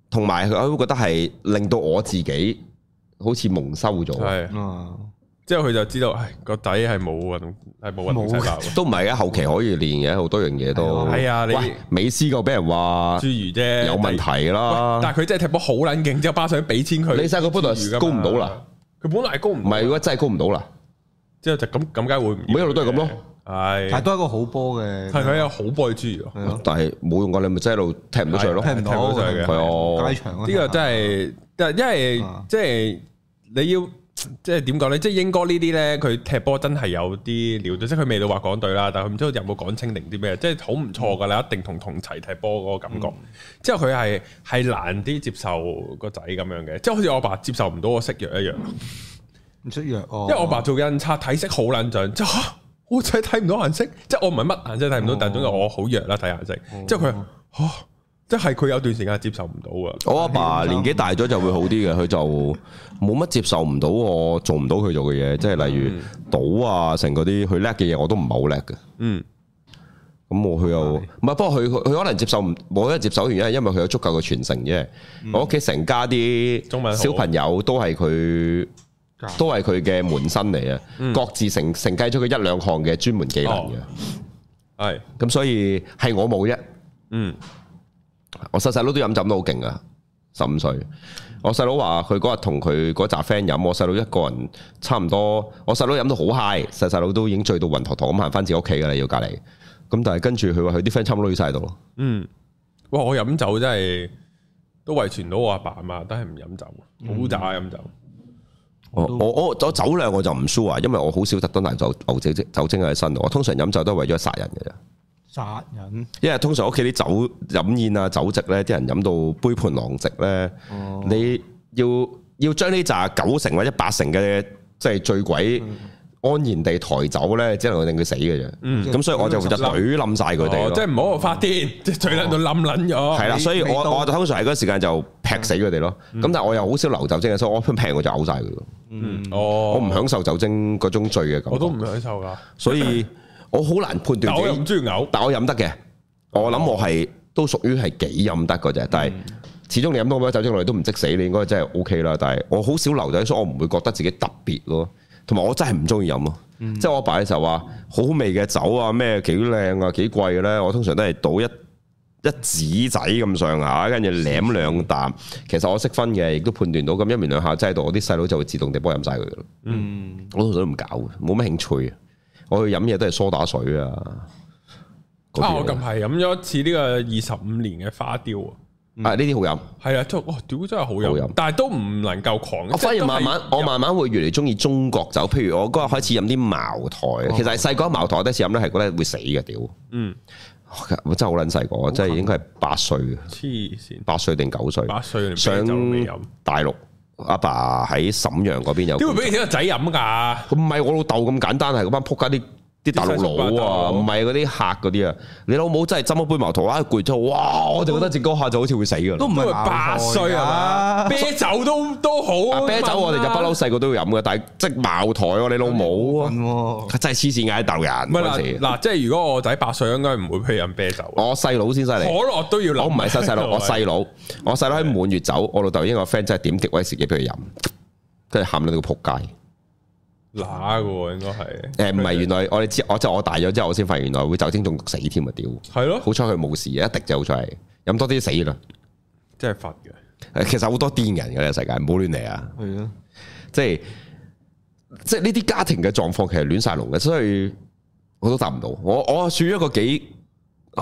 C: 同埋佢我會覺得係令到我自己好似蒙羞咗。
A: 係
B: 啊，
A: 之後佢就知道，唉個仔係冇運動，係冇運動細胞嘅，
C: 都唔係嘅，後期可以練嘅，好多樣嘢都
A: 係啊你
C: 喂美斯個俾人話
A: 諸如啫，
C: 有問題
A: 喂
C: 啦，
A: 但係佢真係踢波好撚勁，之後巴上俾錢佢，
C: 啊你細個
A: 不
C: 本來高唔到啦，
A: 佢本來係高唔
C: 唔係如果真係高唔到啦，
A: 之後就咁咁，梗係會唔
C: 咪一路都係咁咯。
A: 係
B: 但係都係一個好波嘅，
A: 係佢有好波豬咯。
B: 係咯，
C: 但係冇用噶，你咪真係一路踢唔到上咯。
B: 聽唔
A: 聽
B: 到
A: 唔到上嘅
C: 係啊
B: 街場嗰
A: 呢個真係，但因為
B: 啊
A: 即係你要即係點講咧？即係英哥呢啲咧，佢踢波真係有啲料到，即係佢未到話港隊啦，但係佢唔知有冇講清定啲咩，即係好唔錯噶啦，
C: 嗯
A: 一定同同齊踢波嗰個感覺。之後佢係係難啲接受個仔咁樣嘅，即係好似我爸接受唔到我識藥一樣。
B: 唔出藥哦，
A: 因為我爸做印刷睇色好撚準，即係嚇我仔睇唔到顏色，即係我唔係乜顏色睇唔到，
B: 哦
A: 但總之我好弱啦睇顏色。
C: 哦
A: 之後佢嚇，即係佢有段時間接受唔到啊。
C: 我阿爸年紀大咗就會好啲嘅，佢就冇乜接受唔到我做唔到佢做嘅嘢，即係例如賭啊，成嗰啲佢叻嘅嘢我都唔係好叻嘅。
A: 嗯，
C: 咁我佢又唔係，不過佢佢佢可能接受唔冇得接受嘅原因係因為佢有足夠嘅傳承啫。我屋企成家
A: 中
C: 啲
A: 文好
C: 小朋友都係佢
B: 教
C: 都係佢嘅門生嚟嘅，各自承承繼咗佢一兩項嘅專門技能嘅。
A: 係，
C: 咁所以係我冇啫。
A: 嗯，
C: 我細細佬都飲酒飲到好勁啊，十五歲。我細佬話佢嗰日同佢嗰扎 friend 飲，我細佬一個人差唔多，我細佬飲到好 high，細細佬都已經醉到暈陀陀咁行翻自己屋企噶啦，要隔離。咁但係跟住佢話佢啲 friend 差唔多累晒度咯，
A: 嗯，哇！我飲酒真係都遺傳到我阿爸阿媽，都係唔飲酒，
C: 嗯
A: 好渣飲酒。
C: 我我我我酒量我就唔 sure 啊，因為我好少特登帶酒牛酒精酒精喺身度，我通常飲酒都係為咗殺人嘅啫。
B: 殺人，
C: 因為通常屋企啲酒飲宴啊酒席咧，啲人飲到杯盤狼藉咧，你要要將呢扎九成或者八成嘅即係醉鬼
A: 嗯
C: 安然地抬走咧，只能令佢死嘅啫。咁所以我就就懟冧晒佢哋
A: 嗯哦，即
C: 咯。嗯
A: 係唔好發癲，即係醉撚到冧撚咗。
C: 係啦，
B: 你
C: 所以
B: 你
C: 我
B: 到
C: 我就通常喺嗰個時間就劈死佢哋咯。咁但係我又好少留酒精嘅，所以我一劈我就嘔晒佢咯。
A: 嗯，
C: 我
A: 哦，
C: 唔享受酒精嗰種醉嘅感
A: 我都
C: 覺，
A: 唔享受㗎，
C: 所以我好難判
A: 但
C: 斷
A: 我
C: 自
A: 又
C: 己
A: 唔中意嘔。
C: 但我飲得嘅，我諗我係都屬於係幾飲得嗰只，但係始終你飲到咁多酒精落嚟都唔即死，你應該真係 O K 啦。但係我好少留酒，所以我唔會覺得自己特別咯。同埋我真係唔中意飲咯，即係我阿爸嘅時候話好好味嘅酒啊，咩幾靚啊，幾貴嘅咧，我通常都係倒一一指仔咁上下，跟住舐兩啖。其實我識分嘅，亦都判斷到咁一面兩下，真係到我啲細佬就會自動地幫我飲晒佢噶啦。
B: 嗯，
C: 我通常都唔搞嘅，冇乜興趣啊。我去飲嘢都係梳打水啊。
A: 啊！
C: 嗰啲嘢
A: 我近排飲咗一次呢個二十五年嘅花雕啊！
C: 啊！呢啲好飲，
A: 係啊，真係哇，屌真係好
C: 好
A: 飲
C: 飲，
A: 但係都唔能夠狂。
C: 我
A: 即係
C: 反而
A: 都係
C: 慢慢，我慢慢會越嚟中意中國酒。譬如我嗰日開始飲啲茅台，其實係細個茅台，我第一次飲咧係覺得會死嘅，屌！
A: 哦嗯
C: 我真係好撚細個，我真係應該係八歲嘅，
A: 黐線，
C: 八歲定九歲，
A: 八歲連啤
C: 上
A: 酒都未飲，
C: 大陸，阿爸喺瀋陽嗰邊有
A: 點會
C: 個，
A: 俾你個仔飲㗎？
C: 唔係我老豆咁簡單，係嗰班撲街啲。啲大陸佬啊，唔係嗰啲客嗰啲啊，你老母真係斟一杯茅台啊，攰咗，哇！我就覺得自己嗰下就好似會死㗎啦
B: 都唔
A: 都
B: 係
A: 係八歲係嘛？ *laughs*
B: 啊，
A: 啤酒都都
C: 啊
A: 好，
C: 啤酒我哋就不嬲
A: 唔
C: 細個都要飲嘅，但係即係茅台喎，你老母啊，
B: 喎，
C: 真係黐線嗌豆人
A: 係
C: 嗰陣
A: 嗱
C: 時
A: 嗱，即係如果我仔八歲，應該唔會俾佢飲啤酒，
C: 我細佬先犀
A: 可
C: 利，
A: 樂都要諗。
C: 我唔係細
A: *laughs*
C: 細佬，我細佬，我細佬喺滿月酒，我老豆已經有個 friend 真係點極威士忌俾佢飲，跟住喊到佢仆街。
A: 乸嘅喎，應該係
C: 誒唔係，原來我哋知，我即係我大咗之後，我先發現原來會酒精中毒死添啊！屌，
A: 係咯，
C: 好彩佢冇事，啊一滴就好彩，飲多啲死啦。
A: 真係罰嘅。
C: 誒其實好多癲人嘅呢個世界，唔好亂嚟啊！
B: 係咯，
C: 即係即係呢啲家庭嘅狀況其實亂晒龍嘅，所以我都答唔到。我我屬於一個幾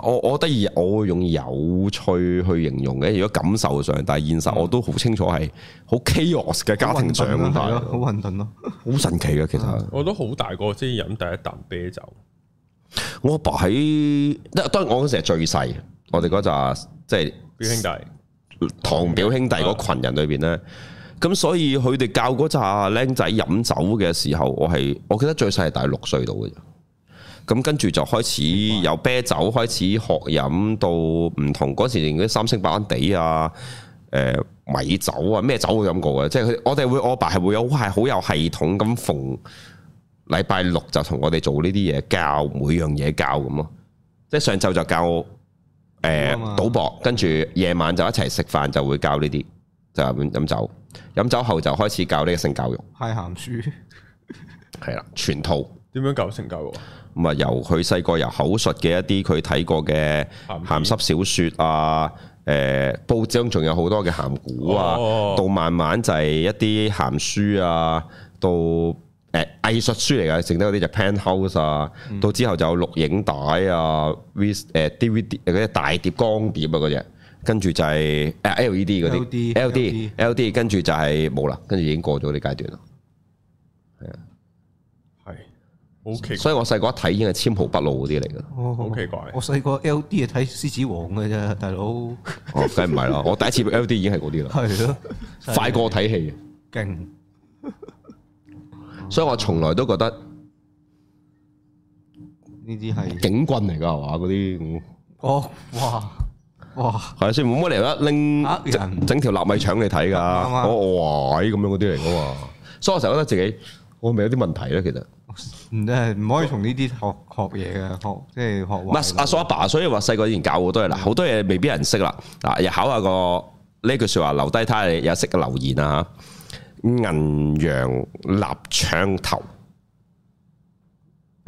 C: 我我覺得以我會用有趣去形容嘅，如果感受上，但係現
B: 嗯
C: 實我都好清楚係好 chaos 嘅家庭長
B: 好混沌啊
C: 大，
B: 咯係嗯咯好
C: 好
B: 混沌咯，
C: 神奇嘅其實。
A: 我都好大個先飲第一啖啤酒，
C: 我阿爸喺，當然我嗰時係最細，我哋嗰扎即係
A: 表兄弟
C: 堂表兄弟嗰群人裏邊咧。咁所以佢哋教嗰扎僆仔飲酒嘅時候，我係我記得最細係大六歲到嘅啫。咁跟住就開始由啤酒開始學飲到唔同嗰時連嗰啲三星白蘭地啊、誒、米酒啊咩酒我飲過嘅，即係佢我哋會我阿爸係會有係好有系統咁逢禮拜六就同我哋做呢啲嘢教每樣嘢教咁咯，即係上晝就教誒、
B: 啊嘛
C: 賭博，跟住夜晚就一齊食飯就會教呢啲就係飲酒，飲酒後就開始教呢個性教育，
B: 派鹹書，
C: 係啦，全套。
A: 點樣搞性教育啊？
C: 咁啊，由佢細個由口述嘅一啲佢睇過嘅
A: 鹹
C: 鹹濕小說啊，誒、報章仲有好多嘅鹹古啊，
A: 哦
C: 到慢慢就係一啲鹹書啊，到誒藝術書嚟㗎，剩低嗰啲就 Penthouse 啊，到之後就有錄影帶啊、V 誒 DVD 嗰啲大碟光碟啊嗰只，跟住就係呃誒 LED 嗰
B: LD
C: 啲 E LD LD，跟住就係冇啦，跟住已經過咗呢階段啦。
A: 係好奇怪
C: 所以我細個一睇已經係纖毫不露嗰啲嚟㗎啦。
B: 哦
A: 好奇怪
B: 我細個 L D 係睇獅子王嘅啫，大佬
C: 哦，梗係唔係啦，我第一次 LD 已經係嗰啲啦，
B: 係咯，
C: 快過我睇戲嘅。
B: 勁
C: 所以我從來都覺得
B: 呢啲係
C: 警棍嚟㗎係嘛嗰啲，嗯
B: 哦哇哇
C: 係啊所以冇乜理由一拎
B: 呃人
C: 整整條臘米腸你睇㗎，
B: 啊
C: 我喂咁樣嗰啲嚟㗎嘛。所以我成日覺得自己我咪有啲問題咧，其實
B: 唔真係唔可以從呢啲學學嘢嘅，學即係學
C: 唔
B: 壞
C: 係阿蘇阿爸，所以話細個以前教好多嘢嗱，好多嘢未必人識啦。嗱，又考下個呢句説話留低睇下你有識嘅留言啊嚇銀陽立槍頭，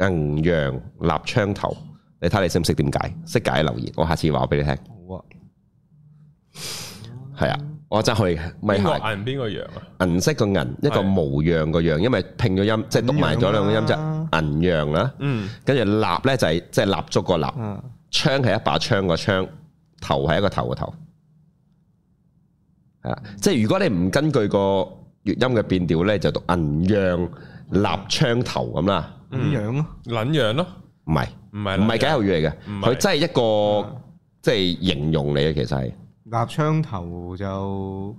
C: 銀陽立槍頭，你睇你識唔識點解？識解留言，我下次話俾你聽。
B: 好啊，
C: 係啊，我真係可以嘅，咪
A: 邊個
C: 係
A: 銀邊個羊啊？
C: 銀色個銀，一個
A: 係
C: 無樣個樣，因為拼咗音，即係讀埋咗兩個音
B: 咁樣啊啦
C: 啫。銀樣啦，
A: 嗯，
C: 跟住立咧就係即係立足個立，
B: 啊
C: 槍係一把槍個槍，頭係一個頭個頭，係啦。即係如果你唔根據個粵音嘅變調咧，就讀銀樣立槍頭咁啦，
B: 咁樣咯，
A: 撚羊咯，
C: 唔係
A: 唔係
C: 唔係
A: 撚
C: 解
A: 羊
C: 後語嚟嘅
A: 唔，係
C: 佢真係一個即係形容嚟嘅，其實係
B: 立槍頭就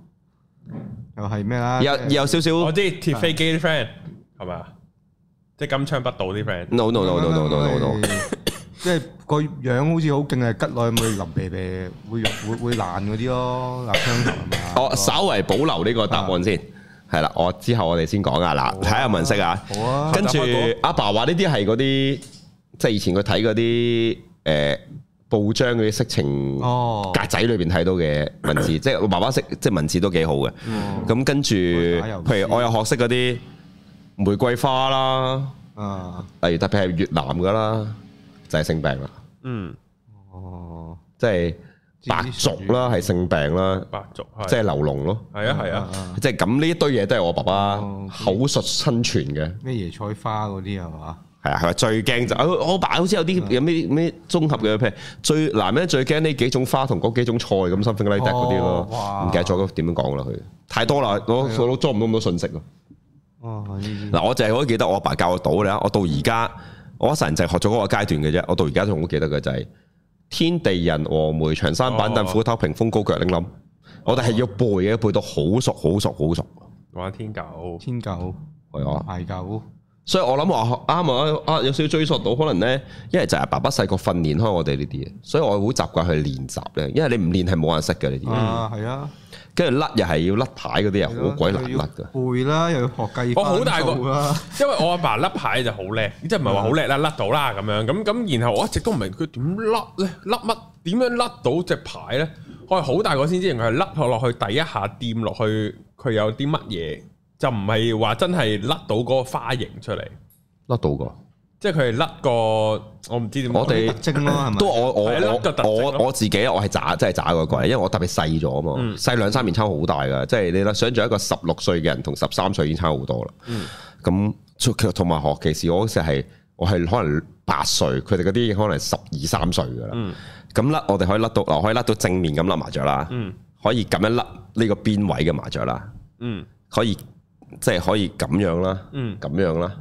B: 又係咩啦？
C: 有有少少
A: 我知鐵飛機啲 friend 係咪啊？即係金槍不倒啲 friend，
C: no no no no no no no no。
B: 啊即係個樣好似好勁，啊係吉落去會淋鼻鼻，會會會爛嗰啲咯，立槍頭係啊嘛？
C: 我稍為保留呢個答案先，係啦，我之後我哋先講啊，嗱，睇下文色啊，
B: 好啊
C: 跟
A: 下
C: 住
A: 集開講
C: 阿爸話呢啲係嗰啲，即係以前佢睇嗰啲誒報章嗰啲色情
B: 哦
C: 格仔裏邊睇到嘅文字，即係我爸爸識即係文字都幾好嘅，咁跟住
B: 打油詩
C: 譬如我有學識嗰啲玫瑰花啦，
B: 啊
C: 例如特別係越南噶啦，就係性病啦，
A: 嗯，
B: 哦，
C: 即係白族啦，係性病啦，
A: 白族
C: 即
A: 係
C: 係流膿咯。
A: 係啊係啊，
C: 即係咁呢一堆嘢都係我爸爸
B: 哦
C: 口述生存嘅，
B: 咩椰菜花嗰啲係嘛？
C: 係啊，係咪最驚就啊我我爸好似有
B: 嗯
C: 啲有咩咩綜合嘅，譬如最男人最驚呢幾種花同嗰幾種菜咁 something like that 嗰啲
B: 哦哇啊
C: 咯，唔記得咗點樣講啦佢，太多啦，我我都裝唔到咁多信息咯。
B: 哦，呢啲
C: 嗱，我就係可以記得我阿爸教我到啦，我到而家我一陣就係學咗嗰個階段嘅啫，我到而家仲好記得嘅就係天地人峨眉長山板凳
A: 哦
C: 斧頭屏風高腳拎冧，我哋係要背嘅，背到好熟好熟好熟，
A: 玩天狗，
B: 天狗、
C: 係啊。
B: 排狗，
C: 所以我諗話啱啊，啊有少少追溯到，可能呢，因為就係爸爸細個訓練開我哋呢啲嘢，所以我好習慣去練習咧。因為你唔練係冇人識嘅呢啲嘢，
B: 啊係啊，
C: 跟住甩又係要甩牌嗰啲又好鬼難
B: 又
C: 甩
B: 要
C: 㗎。
B: 背啦，又要學計
A: 我好大個
C: *laughs*
B: 分數啦，
A: 因為我阿爸甩牌就好叻，即係唔係話好叻啦，甩到啦咁樣，咁咁然後我一直都唔明佢點甩咧，甩乜點樣甩到只牌咧？我係好大個先知，原來係甩落落去第一下掂落去，佢有啲乜嘢，就唔係話真係甩到嗰個花形出嚟，
C: 甩到㗎。
A: 即係佢係甩個我唔知點講。
C: 我哋
B: 特徵咯係咪？
C: 都我我
A: 係甩啊個特
C: 我
A: 徵咯嗯
C: 我我自己我係渣，真係渣嗰個嚟，因為我特別細咗啊嘛，細兩三年差好大㗎。即係你想象一個十六歲嘅人同十三歲已經差好多啦。
A: 嗯
C: 咁其實同埋學其時我嗰時係我係可能八歲，佢哋嗰啲可能十二三歲㗎
A: 嗯
C: 啦。咁甩我哋可以甩到，嗱可以甩到正面咁甩麻雀啦，可以咁樣甩呢個邊位嘅麻雀啦，
A: 嗯
C: 可以即係可以咁樣啦，
A: 嗯
C: 咁樣啦，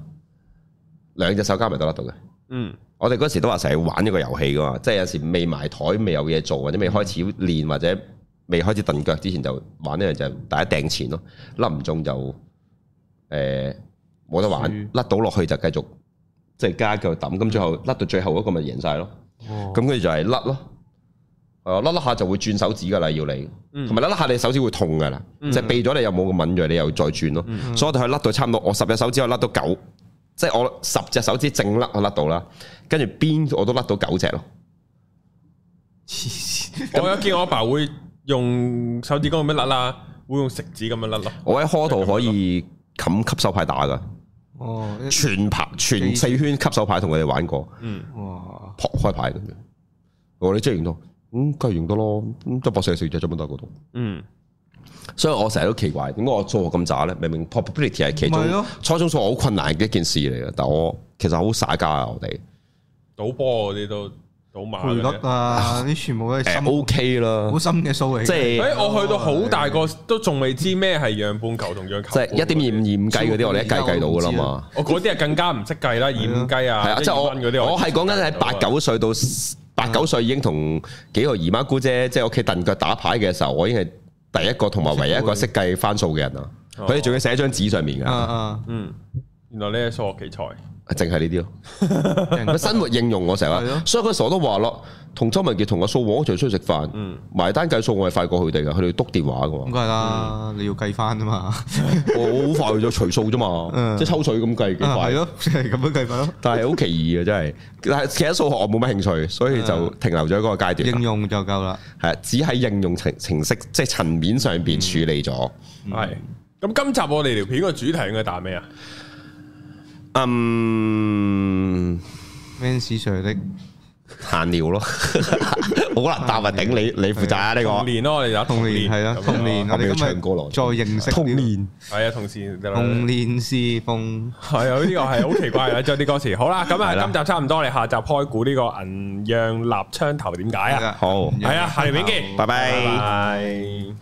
C: 兩隻手加埋都甩到嘅。
A: 嗯
C: 我哋嗰時都話成日玩呢個遊戲噶嘛，即係有時未埋台、未有嘢做，或者未開始練，或者未開始蹬腳之前就玩呢樣就大家掟錢咯，甩唔中就誒冇得玩
B: 輸，
C: 甩到落去就繼續即係加腳抌，咁最後甩到最後嗰個咪贏晒咯。
B: 哦
C: 咁佢就係甩咯，係啊甩甩下就會轉手指噶啦，要你，同埋甩甩下你手指會痛噶啦，即係避咗你又冇咁敏鋭，你又再轉咯。所以我哋係甩到差唔多，我十隻手指我甩到九，即係我十隻手指正甩我甩到啦，跟住邊我都甩到九隻咯。
B: 黐線
A: 我有見我阿爸會用手指公咁樣甩啦，會用食指咁樣甩咯。
C: 我喺科度可以冚吸手牌打噶，
B: *laughs* 哦，一
C: 全牌全四圈吸手牌同佢哋玩過，
B: 哇
C: 撲開牌咁樣。嗯我話你真係贏到，咁梗係贏到咯，咁都搏四四隻啫嘛，都喺嗰度。
A: 嗯
C: 所以我成日都奇怪點解我數學咁渣咧？明明 probability 係其中
B: 咪係咯
C: 初中數學好困難嘅一件事嚟嘅，但我其實好耍家啊！我哋
A: 賭波嗰啲都賭馬嗰
B: 賠
A: 啲
B: 率
C: *laughs*
B: 啊，啲全部都係
C: 誒
B: 深
C: OK 啦
B: 好，深嘅數嚟嘅。
C: 即係。
A: 誒，我去到好大個都仲未知咩係讓半球同讓球
C: 即
A: 半
C: 係
A: 嗰啲，
C: 一點二五二五計嗰啲，我哋一計計到噶啦嘛。
A: 我嗰啲係更加唔識計啦，二五雞
C: 係啊，
A: 啊，
C: 即係我
A: 1-2蚊嗰啲
C: 我係講緊喺八九歲到八九歲已經同幾個姨媽姑姐即係屋企蹬腳打牌嘅時候，我已經係第一個同埋唯一一個識計番數嘅人啦。
A: 哦
C: 佢哋仲要寫喺張紙上面
B: 啊
C: *laughs* 㗎，
B: 啊，
A: 嗯，原來呢係數學奇才。
C: 淨係呢啲咯。
B: 人
C: 生活應用我成日
B: 係
C: 話
B: 咯，
C: 所以嗰時我都話咯，同周文傑同阿素王一齊出去食飯，埋單計數我係快過佢哋㗎，佢哋篤電話㗎
B: 咁
C: 嘛，
B: 梗係啦，你要計翻啊嘛。
C: 我好快就除數啫嘛，
B: 嗯
C: 即係抽水咁計幾
B: 啊 *laughs*
C: 快
B: 係。咯，即係咁樣
C: *laughs*
B: 計法咯。
C: 但係好奇異嘅真係，但係其實數學我冇乜興趣，所以
B: 嗯
C: 就停留咗嗰個階段啦
B: 應。用就夠啦。
C: 係啊只喺應用程程式即係層面上邊處理咗。
A: 系咁今集我哋條片個主題應該打咩啊？
C: 嗯，
B: Mans Sir 的
C: 閒聊咯， *laughs* 好難答啊！頂你你負責啊呢
A: 童
C: 個。
A: 年咯，我哋打
B: 童年係啦，
A: 咁樣
B: 童年
C: 我
B: 我
C: 哋要
B: 哋今
C: 唱歌咯
B: 日再認識
C: 童年
A: 係啊，同事
B: 童年是奉
A: 係啊，呢個係好奇怪啊，將啲歌詞。好啦，咁
C: 係啦
A: 啊，今集差唔多，我哋下集開估呢個銀樣立槍頭點解啊？
C: 好
A: 係啊，下條片見，
C: 拜拜
A: 拜拜。